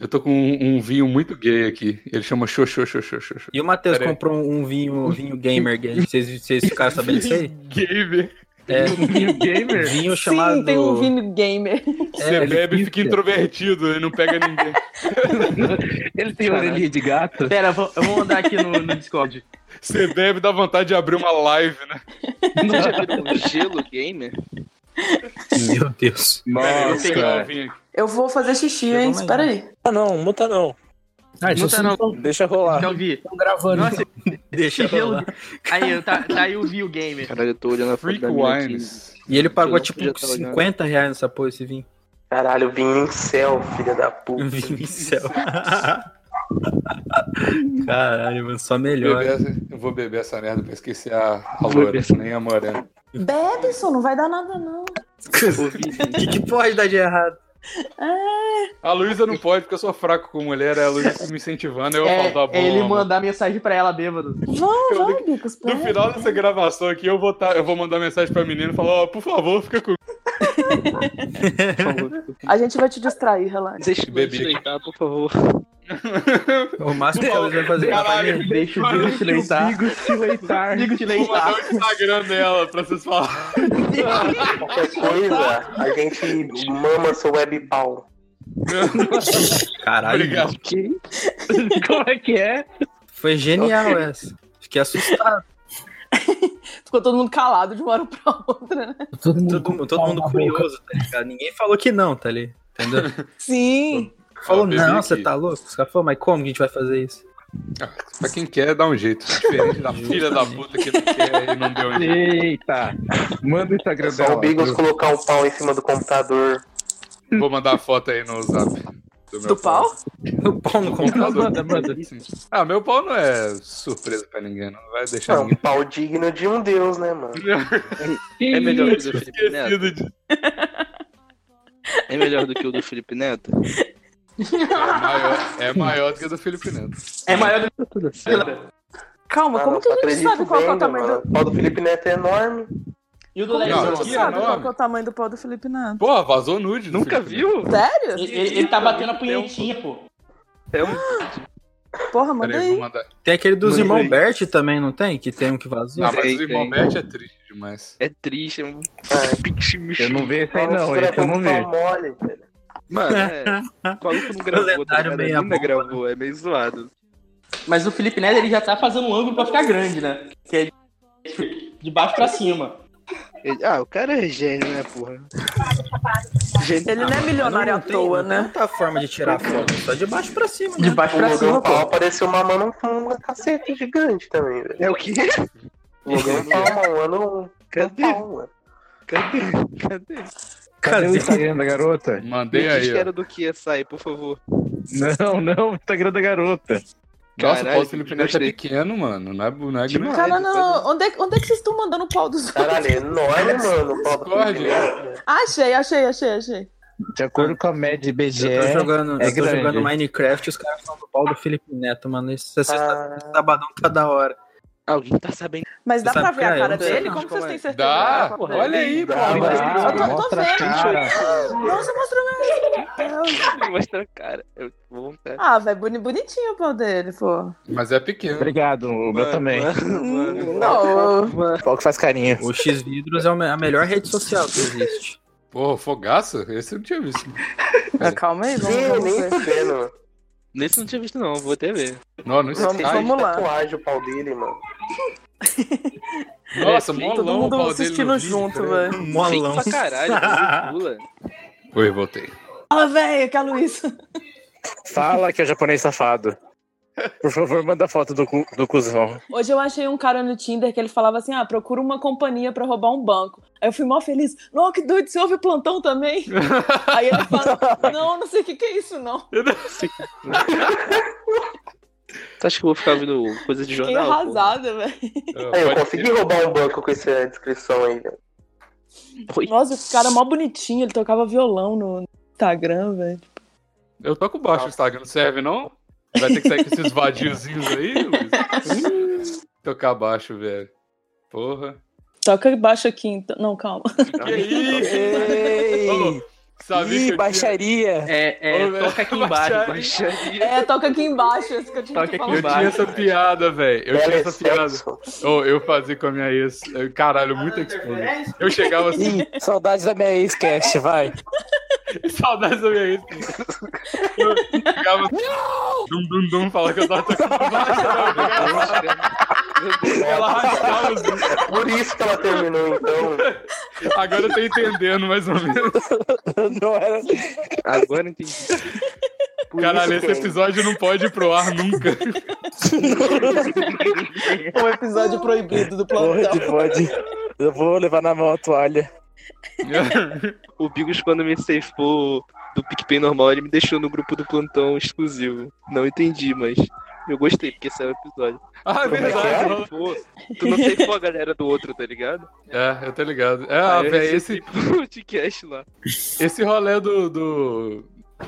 [SPEAKER 1] Eu tô com um, um vinho muito gay aqui. Ele chama xoxô, xoxô, xoxô.
[SPEAKER 5] E o Matheus
[SPEAKER 1] Pera aí.
[SPEAKER 5] comprou um vinho, um vinho gamer, gay. vocês, vocês ficaram sabendo disso aí?
[SPEAKER 1] Gamer.
[SPEAKER 5] É,
[SPEAKER 3] New gamer?
[SPEAKER 5] vinho chamado...
[SPEAKER 2] Sim, tem um Vini Gamer.
[SPEAKER 1] Você
[SPEAKER 3] ele
[SPEAKER 1] bebe e fica
[SPEAKER 3] fica.
[SPEAKER 1] introvertido e não pega ninguém.
[SPEAKER 3] Ele tem orelhinha de gato?
[SPEAKER 4] pera, eu vou, eu vou mandar aqui no, no Discord.
[SPEAKER 1] Você bebe dá vontade de abrir uma live, né?
[SPEAKER 8] Você já viu um gelo gamer?
[SPEAKER 5] Meu Deus.
[SPEAKER 1] Pera aí, eu
[SPEAKER 3] Nossa,
[SPEAKER 1] vou pegar o
[SPEAKER 3] cara.
[SPEAKER 1] vinho aqui.
[SPEAKER 2] Eu vou fazer xixi, hein?
[SPEAKER 5] Chegou mais
[SPEAKER 2] Espera aí.
[SPEAKER 9] Ah, não, muta não.
[SPEAKER 5] Ah, isso
[SPEAKER 4] Não tá
[SPEAKER 5] vocês
[SPEAKER 4] não,
[SPEAKER 9] Deixa rolar.
[SPEAKER 4] já ouvi.
[SPEAKER 5] estão gravando.
[SPEAKER 4] Nossa,
[SPEAKER 5] deixa
[SPEAKER 4] que
[SPEAKER 5] rolar.
[SPEAKER 4] Aí, eu- tá, tá aí o View Gamer.
[SPEAKER 8] Caralho, eu tô olhando a foto
[SPEAKER 1] Freak
[SPEAKER 8] da minha aqui.
[SPEAKER 1] Wines.
[SPEAKER 5] E ele pagou,
[SPEAKER 8] Não
[SPEAKER 5] tipo,
[SPEAKER 8] podia estar olhando.
[SPEAKER 5] 50 reais nessa porra, esse vinho.
[SPEAKER 9] Caralho, vinho em céu, filha da puta.
[SPEAKER 5] Um vinho em céu. Caralho, mano, só
[SPEAKER 1] Eu,
[SPEAKER 5] melhor.
[SPEAKER 1] vou beber essa merda pra esquecer a, a
[SPEAKER 8] Vou
[SPEAKER 1] loura,
[SPEAKER 8] beber essa
[SPEAKER 1] nem a morena.
[SPEAKER 2] Bebe, só não vai dar nada, não.
[SPEAKER 5] O que, que pode dar de é errado?
[SPEAKER 1] A Luísa não pode, porque eu sou fraco com mulher, é a Luísa fica me incentivando, eu
[SPEAKER 4] É,
[SPEAKER 1] falo, tá bom.
[SPEAKER 4] é ele
[SPEAKER 1] amor.
[SPEAKER 4] mandar mensagem pra ela, bêbado.
[SPEAKER 2] Vamos, vamos, Bicos.
[SPEAKER 1] No
[SPEAKER 2] pera aí.
[SPEAKER 1] final dessa gravação aqui, eu vou, tá- eu vou mandar mensagem pra menina e falar, ó, por favor, fica comigo.
[SPEAKER 2] A gente vai te distrair, relaxa.
[SPEAKER 8] Deixa eu
[SPEAKER 1] Bebê.
[SPEAKER 8] deitar, por favor.
[SPEAKER 5] É O máximo que eles vão fazer.
[SPEAKER 1] Caralho,
[SPEAKER 4] Deixa o Vigo te leitar. Vigo te
[SPEAKER 1] vou mandar
[SPEAKER 4] leitar.
[SPEAKER 1] o Instagram dela pra vocês falarem.
[SPEAKER 9] Qualquer coisa, a gente mama seu web pau.
[SPEAKER 5] Caralho,
[SPEAKER 1] Obrigado.
[SPEAKER 4] Como é que é?
[SPEAKER 5] foi genial essa. Fiquei assustado.
[SPEAKER 2] Ficou todo mundo calado de uma hora pra outra, né?
[SPEAKER 5] Todo mundo, todo, mundo curioso, tá ligado? Ninguém falou que não, tá ali. Entendeu?
[SPEAKER 2] Sim.
[SPEAKER 5] Falou,
[SPEAKER 1] Ó, bebi
[SPEAKER 5] não,
[SPEAKER 1] aqui.
[SPEAKER 5] você tá louco? Os caras falaram, mas como que a gente vai fazer isso?
[SPEAKER 1] Pra quem quer, dá um jeito. Diferente da filha da puta que não quer e não deu um jeito.
[SPEAKER 3] Eita. Manda o
[SPEAKER 9] É
[SPEAKER 3] Instagram
[SPEAKER 9] só o
[SPEAKER 3] dela.
[SPEAKER 9] Bigos colocar o pau em cima do computador.
[SPEAKER 1] Vou mandar a foto aí no zap. meu
[SPEAKER 2] Do pau?
[SPEAKER 5] O pau no computador. Manda, manda.
[SPEAKER 1] Ah, meu pau não é surpresa pra ninguém, não vai deixar
[SPEAKER 9] Não,
[SPEAKER 1] ninguém.
[SPEAKER 9] pau digno de um deus, né, mano?
[SPEAKER 8] É melhor que o do Felipe Neto?
[SPEAKER 1] Esquecido de-
[SPEAKER 8] É melhor do que o do Felipe Neto?
[SPEAKER 1] É maior, é maior do que o do Felipe Neto.
[SPEAKER 4] É maior do que
[SPEAKER 8] Tá tudo certo.
[SPEAKER 4] o
[SPEAKER 2] Calma,
[SPEAKER 9] Ah,
[SPEAKER 2] como
[SPEAKER 9] não,
[SPEAKER 2] que a gente
[SPEAKER 9] acredito
[SPEAKER 2] sabe qual que é o
[SPEAKER 9] bem,
[SPEAKER 2] tamanho
[SPEAKER 9] mano.
[SPEAKER 2] do.
[SPEAKER 9] Então, O pau do Felipe Neto é enorme.
[SPEAKER 4] E o do
[SPEAKER 2] Como que
[SPEAKER 1] Não,
[SPEAKER 2] a
[SPEAKER 4] Léo?
[SPEAKER 1] aqui
[SPEAKER 2] gente
[SPEAKER 1] é
[SPEAKER 2] sabe qual
[SPEAKER 1] enorme.
[SPEAKER 2] que é o tamanho do pau do Felipe Neto?
[SPEAKER 1] Pô, vazou nude. do
[SPEAKER 8] Nunca
[SPEAKER 1] Felipe
[SPEAKER 8] viu?
[SPEAKER 2] Sério?
[SPEAKER 4] Ele, ele- ele tá batendo a punhetinha, pô.
[SPEAKER 8] É um
[SPEAKER 2] Porra,
[SPEAKER 1] Neto.
[SPEAKER 2] manda
[SPEAKER 1] Peraí, vou
[SPEAKER 2] aí.
[SPEAKER 1] mandar.
[SPEAKER 5] Tem aquele dos
[SPEAKER 8] Manda
[SPEAKER 5] irmãos
[SPEAKER 8] aí.
[SPEAKER 5] Bert também, não tem? Que tem um que vazou.
[SPEAKER 1] Ah, mas
[SPEAKER 8] Tem,
[SPEAKER 1] o irmão
[SPEAKER 8] tem.
[SPEAKER 1] Bert é triste demais.
[SPEAKER 8] É triste, é um
[SPEAKER 9] Ah,
[SPEAKER 3] Eu não vejo esse aí
[SPEAKER 9] Fala,
[SPEAKER 3] não,
[SPEAKER 9] esse
[SPEAKER 3] esse eu não
[SPEAKER 9] cara é
[SPEAKER 3] vejo.
[SPEAKER 9] tão mole, velho.
[SPEAKER 8] Mano, é. O maluco não gravou, tá
[SPEAKER 5] Lendário
[SPEAKER 8] ligado?
[SPEAKER 5] meia
[SPEAKER 8] A
[SPEAKER 5] bomba,
[SPEAKER 8] Nina gravou, é meio zoado.
[SPEAKER 4] Mas o Felipe Neto, ele já tá fazendo um ângulo pra ficar grande, né? Que é de- de baixo pra cima.
[SPEAKER 8] Ele- ah, o cara é gênio, né, porra? Gênio.
[SPEAKER 2] Ele não é milionário à toa,
[SPEAKER 5] Tem
[SPEAKER 2] né?
[SPEAKER 5] muita forma de tirar foto, só de baixo pra cima, né?
[SPEAKER 4] De baixo
[SPEAKER 9] O
[SPEAKER 4] pra
[SPEAKER 9] Logão
[SPEAKER 4] cima,
[SPEAKER 9] Pau
[SPEAKER 4] pô.
[SPEAKER 9] apareceu mamando um- uma caceta gigante também, velho.
[SPEAKER 8] É o quê?
[SPEAKER 9] O Logão Pau mamando um- um
[SPEAKER 8] Cadê?
[SPEAKER 9] pau, mano.
[SPEAKER 8] Cadê? Cadê?
[SPEAKER 3] Cadê o
[SPEAKER 5] Cadê?
[SPEAKER 3] Instagram da garota?
[SPEAKER 1] Mandei
[SPEAKER 8] Me diz
[SPEAKER 1] aí,
[SPEAKER 8] que
[SPEAKER 1] ó.
[SPEAKER 8] era do que ia sair, por favor.
[SPEAKER 3] Não, não, o Instagram da garota.
[SPEAKER 1] Nossa, o pau
[SPEAKER 8] Caralho,
[SPEAKER 1] do Felipe Neto é
[SPEAKER 8] gostei.
[SPEAKER 1] pequeno, mano. Não é, não é grande.
[SPEAKER 8] Demais.
[SPEAKER 2] Cara,
[SPEAKER 8] depois
[SPEAKER 2] não, onde é, que- onde é que vocês estão mandando o pau dos outros?
[SPEAKER 9] Caralho, é enorme, mano. o pau do
[SPEAKER 1] Discord,
[SPEAKER 9] Felipe Neto, velho.
[SPEAKER 2] Achei, achei, achei, achei.
[SPEAKER 3] De acordo com a média BGE.
[SPEAKER 5] Eu tô jogando,
[SPEAKER 3] é
[SPEAKER 5] eu tô
[SPEAKER 3] grande.
[SPEAKER 5] jogando Minecraft e os caras falam do pau do Felipe Neto, mano. Isso é sexta,
[SPEAKER 9] Ah.
[SPEAKER 5] sabadão tá da hora.
[SPEAKER 8] Alguém tá sabendo.
[SPEAKER 2] Mas dá
[SPEAKER 5] Você
[SPEAKER 2] pra
[SPEAKER 5] sabe
[SPEAKER 2] ver a
[SPEAKER 5] quem é?
[SPEAKER 2] cara
[SPEAKER 5] Eu não sei
[SPEAKER 2] dele?
[SPEAKER 8] não.
[SPEAKER 2] Como vocês têm certeza? que é
[SPEAKER 1] Dá,
[SPEAKER 2] o pau dele?
[SPEAKER 1] olha aí, pô.
[SPEAKER 9] Dá,
[SPEAKER 2] Eu tô-
[SPEAKER 3] Ah,
[SPEAKER 2] tô
[SPEAKER 3] mostra a
[SPEAKER 2] vendo.
[SPEAKER 3] cara.
[SPEAKER 2] Nossa, mostrou meu Deus.
[SPEAKER 8] Mostra a cara. Eu vou vontade.
[SPEAKER 2] Ah, velho, boni- bonitinho o pau dele, pô.
[SPEAKER 1] Mas é pequeno.
[SPEAKER 3] Obrigado, o meu também.
[SPEAKER 2] Hum, Não.
[SPEAKER 3] Qual que faz carinha?
[SPEAKER 5] O X-Vidros é o me- a melhor rede social que existe.
[SPEAKER 1] Porra, fogaça? Esse eu não tinha visto.
[SPEAKER 2] Ah, Calma aí, vamos,
[SPEAKER 9] Sim,
[SPEAKER 2] vamos
[SPEAKER 9] nem
[SPEAKER 2] ver.
[SPEAKER 9] fudendo, mano.
[SPEAKER 8] Nesse eu não tinha visto, não. Vou até ver.
[SPEAKER 1] Não, não
[SPEAKER 9] Não,
[SPEAKER 1] esquece.
[SPEAKER 9] tem
[SPEAKER 2] vamos
[SPEAKER 9] de
[SPEAKER 2] lá.
[SPEAKER 9] tatuagem o pau dele, mano.
[SPEAKER 1] Nossa,
[SPEAKER 2] Todo
[SPEAKER 1] molão o
[SPEAKER 2] mundo
[SPEAKER 1] pau dele. no
[SPEAKER 2] assistindo
[SPEAKER 1] vídeo, né? tá
[SPEAKER 2] junto,
[SPEAKER 1] cara.
[SPEAKER 2] velho.
[SPEAKER 5] Molão.
[SPEAKER 8] Feio pra caralho. mano, pula.
[SPEAKER 1] Oi,
[SPEAKER 9] É,
[SPEAKER 1] voltei.
[SPEAKER 2] Fala, velho, que é a Luísa.
[SPEAKER 3] Fala que é japonês safado. Por favor, manda foto do, cu- do cuzão.
[SPEAKER 2] Hoje eu achei um cara no Tinder que ele falava assim: ah, procura uma companhia pra roubar um banco. Aí eu fui mó feliz. Não, que doido, você ouve plantão também? Aí ele fala: não, não sei o que, que é isso, não.
[SPEAKER 8] Tu acha que eu vou ficar vendo coisa de
[SPEAKER 2] Fiquei
[SPEAKER 8] jornal? pô?
[SPEAKER 2] arrasada, velho.
[SPEAKER 9] Aí, eu consegui roubar um banco com essa descrição aí, velho.
[SPEAKER 2] Nossa, esse cara é mó bonitinho, ele tocava violão no Instagram, velho.
[SPEAKER 1] Eu toco baixo o Instagram, não serve não? Vai ter que sair com esses vadiozinhos aí, Luiz? Tocar baixo, velho. Porra.
[SPEAKER 2] Toca baixo aqui, então. Não, calma.
[SPEAKER 1] Que isso? Ô,
[SPEAKER 3] tá
[SPEAKER 1] sabia que eu
[SPEAKER 5] baixaria!
[SPEAKER 4] É,
[SPEAKER 1] Ô,
[SPEAKER 4] é,
[SPEAKER 1] velho,
[SPEAKER 4] toca aqui embaixo.
[SPEAKER 1] baixaria.
[SPEAKER 8] Baixaria.
[SPEAKER 2] É, toca aqui embaixo, esse que eu tinha
[SPEAKER 4] Toca
[SPEAKER 2] que
[SPEAKER 4] aqui
[SPEAKER 1] tinha- Eu
[SPEAKER 2] falar.
[SPEAKER 1] tinha essa piada, velho. Eu tinha essa piada.
[SPEAKER 9] Telesexo.
[SPEAKER 1] Ô, eu fazia com a minha ex. eu- Caralho, muito exponer. Eu chegava assim,
[SPEAKER 5] Ih, saudades da minha ex-cast, vai.
[SPEAKER 1] saudades da minha ex. Eu chegava assim, dum dum dum, falava que eu tava tocando baixo. né? Ela rachava os
[SPEAKER 9] Por isso que ela terminou, então.
[SPEAKER 1] Agora eu tô entendendo mais ou menos.
[SPEAKER 5] Não era.
[SPEAKER 8] Agora eu entendi.
[SPEAKER 9] Por
[SPEAKER 1] Caralho,
[SPEAKER 9] isso,
[SPEAKER 1] esse episódio não pode ir pro ar nunca.
[SPEAKER 2] O Um episódio proibido do plantão.
[SPEAKER 5] Pode, pode. Eu vou levar na mão a toalha.
[SPEAKER 8] O Bigos, quando me safeou do PicPay normal, ele me deixou no grupo do plantão exclusivo. Não entendi, mas eu gostei, porque saiu o episódio.
[SPEAKER 1] ah, é verdade.
[SPEAKER 8] Pô, tu não safeou a galera do outro, tá ligado?
[SPEAKER 1] É, eu tô ligado. É, ah,
[SPEAKER 8] Aí eu
[SPEAKER 1] velho,
[SPEAKER 8] recebi
[SPEAKER 1] esse,
[SPEAKER 8] um podcast lá.
[SPEAKER 1] esse rolê do, do,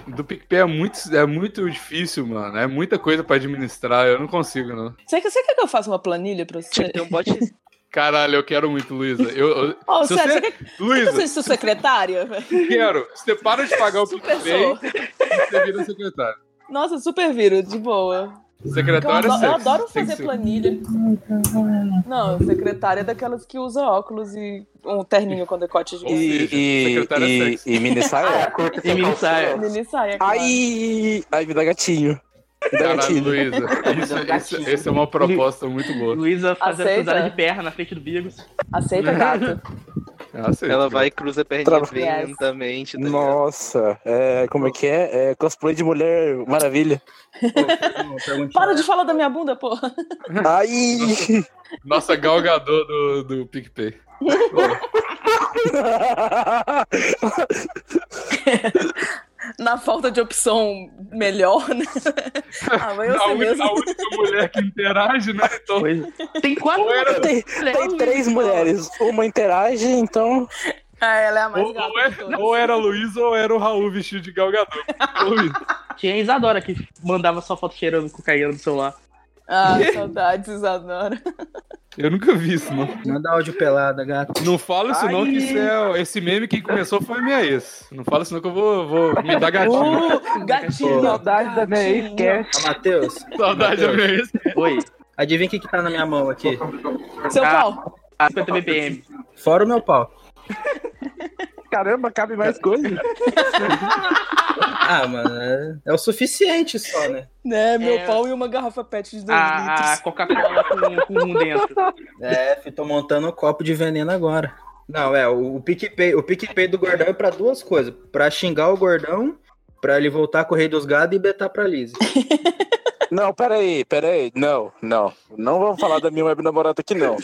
[SPEAKER 1] do PicPay é muito, é muito difícil, mano. É muita coisa pra administrar, eu não consigo, não.
[SPEAKER 2] Você quer, você quer que eu faça uma planilha pra você?
[SPEAKER 8] Tem um bot
[SPEAKER 1] Caralho, eu quero muito, Luísa. Eu, eu-
[SPEAKER 2] Ô,
[SPEAKER 1] Se você-
[SPEAKER 2] Sérgio, você quer que eu
[SPEAKER 1] Luísa,
[SPEAKER 2] seja sua secretária? velho?
[SPEAKER 1] quero. Você para de pagar o
[SPEAKER 2] Super
[SPEAKER 1] PicPay
[SPEAKER 2] sou.
[SPEAKER 1] e você vira secretário.
[SPEAKER 2] Nossa, super viro, de boa. Eu
[SPEAKER 1] Secretário
[SPEAKER 2] adoro, eu
[SPEAKER 1] sexy.
[SPEAKER 2] adoro
[SPEAKER 1] Tem que
[SPEAKER 2] fazer
[SPEAKER 1] ser.
[SPEAKER 2] planilha. Não, secretária é daquelas que usa óculos e um terninho com decote de
[SPEAKER 1] Ou seja,
[SPEAKER 6] E,
[SPEAKER 1] secretário é
[SPEAKER 6] e,
[SPEAKER 1] sexy.
[SPEAKER 6] e, e mini saia?
[SPEAKER 9] Ah, curta essa
[SPEAKER 4] E mini
[SPEAKER 9] calcinha.
[SPEAKER 4] saia.
[SPEAKER 2] Ele sai, é claro.
[SPEAKER 6] Ai, ai, me dá gatinho. Me dá
[SPEAKER 1] Caralho,
[SPEAKER 6] gatinho.
[SPEAKER 1] Luísa.
[SPEAKER 8] Tá
[SPEAKER 1] Isso, isso, essa é uma proposta muito boa.
[SPEAKER 4] Luísa fazendo
[SPEAKER 2] Aceita?
[SPEAKER 4] cruzada de perna na frente do Bigos.
[SPEAKER 2] Aceita, gato?
[SPEAKER 1] Ah, sei.
[SPEAKER 8] Ela vai e cruza a perninha
[SPEAKER 6] Trava-
[SPEAKER 8] bem
[SPEAKER 2] Yes.
[SPEAKER 8] lentamente, tá ligado?
[SPEAKER 6] Nossa, é, como é que é? é? Cosplay de mulher, maravilha.
[SPEAKER 2] Para de falar da minha bunda, porra.
[SPEAKER 6] Ai!
[SPEAKER 1] Nossa, galgador do, do PicPay.
[SPEAKER 2] na falta de opção melhor, né? Ah, vai
[SPEAKER 1] a,
[SPEAKER 2] você
[SPEAKER 1] única,
[SPEAKER 2] mesmo.
[SPEAKER 1] a única mulher que interage, né? Então,
[SPEAKER 4] Tem quatro
[SPEAKER 1] Ou era-
[SPEAKER 6] Tem, tem três mulheres. Uma interage, então.
[SPEAKER 2] Ah, ela é a mais
[SPEAKER 1] ou,
[SPEAKER 2] gata
[SPEAKER 1] ou
[SPEAKER 2] de
[SPEAKER 1] era,
[SPEAKER 2] todas.
[SPEAKER 1] ou é- era o Luiz ou era o Raul vestido de galgador.
[SPEAKER 4] Tinha a Isadora que mandava só foto cheirando cocaína no celular.
[SPEAKER 2] Ah, saudades, Isadora.
[SPEAKER 1] Eu nunca vi isso, não.
[SPEAKER 5] Manda áudio pelada, gato.
[SPEAKER 1] Não fala isso, não,
[SPEAKER 4] Ai.
[SPEAKER 1] que isso é, esse meme que começou foi minha ex. Não fala isso, não, que eu vou, vou me dar gatinho.
[SPEAKER 2] Uh, gatinho.
[SPEAKER 4] Saudades da minha
[SPEAKER 2] gatinho.
[SPEAKER 4] ex-cat.
[SPEAKER 5] Ah, Matheus,
[SPEAKER 1] Saudade da minha ex.
[SPEAKER 4] Oi.
[SPEAKER 5] adivinha o que, que tá na minha mão aqui?
[SPEAKER 2] Seu
[SPEAKER 4] Ah.
[SPEAKER 2] pau.
[SPEAKER 4] A 50 BPM.
[SPEAKER 5] Fora o meu pau.
[SPEAKER 6] Caramba, cabe mais coisa.
[SPEAKER 5] Ah, mano, é, é o suficiente só, né?
[SPEAKER 2] Né, meu
[SPEAKER 4] É. Ah,
[SPEAKER 2] pau e uma garrafa pet de 2
[SPEAKER 4] A, a
[SPEAKER 2] litros.
[SPEAKER 4] Coca-Cola com, com um dentro.
[SPEAKER 5] É, fi, tô montando um copo de veneno agora. Não, é, o, o PicPay, o PicPay do gordão é pra duas coisas. Pra xingar o gordão, pra ele voltar com o rei dos gados e betar pra Liz.
[SPEAKER 6] Não, peraí, peraí. Não, não. Não vamos falar da minha web namorada aqui, não.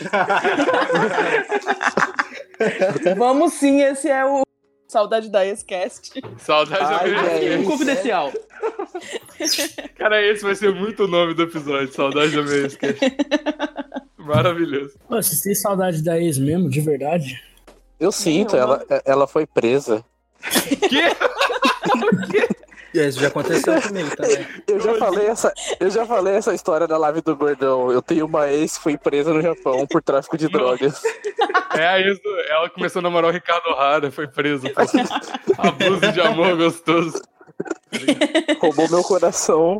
[SPEAKER 2] Vamos sim, esse é o Saudade da Escast.
[SPEAKER 1] Saudade da
[SPEAKER 6] Ai,
[SPEAKER 1] minha ex.
[SPEAKER 4] é um
[SPEAKER 6] velho.
[SPEAKER 4] Confidencial.
[SPEAKER 1] Cara, esse vai ser muito o nome do episódio. Saudade da minha ex. cara. Maravilhoso.
[SPEAKER 10] Pô, vocês têm saudade da ex mesmo, de verdade?
[SPEAKER 6] Eu sinto, ela, ela foi presa.
[SPEAKER 5] E Isso já aconteceu comigo também.
[SPEAKER 6] Eu já
[SPEAKER 2] assim?
[SPEAKER 6] falei essa, eu já falei essa história da live do gordão. Eu tenho uma ex que foi presa no Japão por tráfico de drogas.
[SPEAKER 1] É a ex do- Ela começou a namorar o Ricardo O'Hara, foi preso. Pô. Abuso de amor gostoso.
[SPEAKER 6] Roubou meu coração.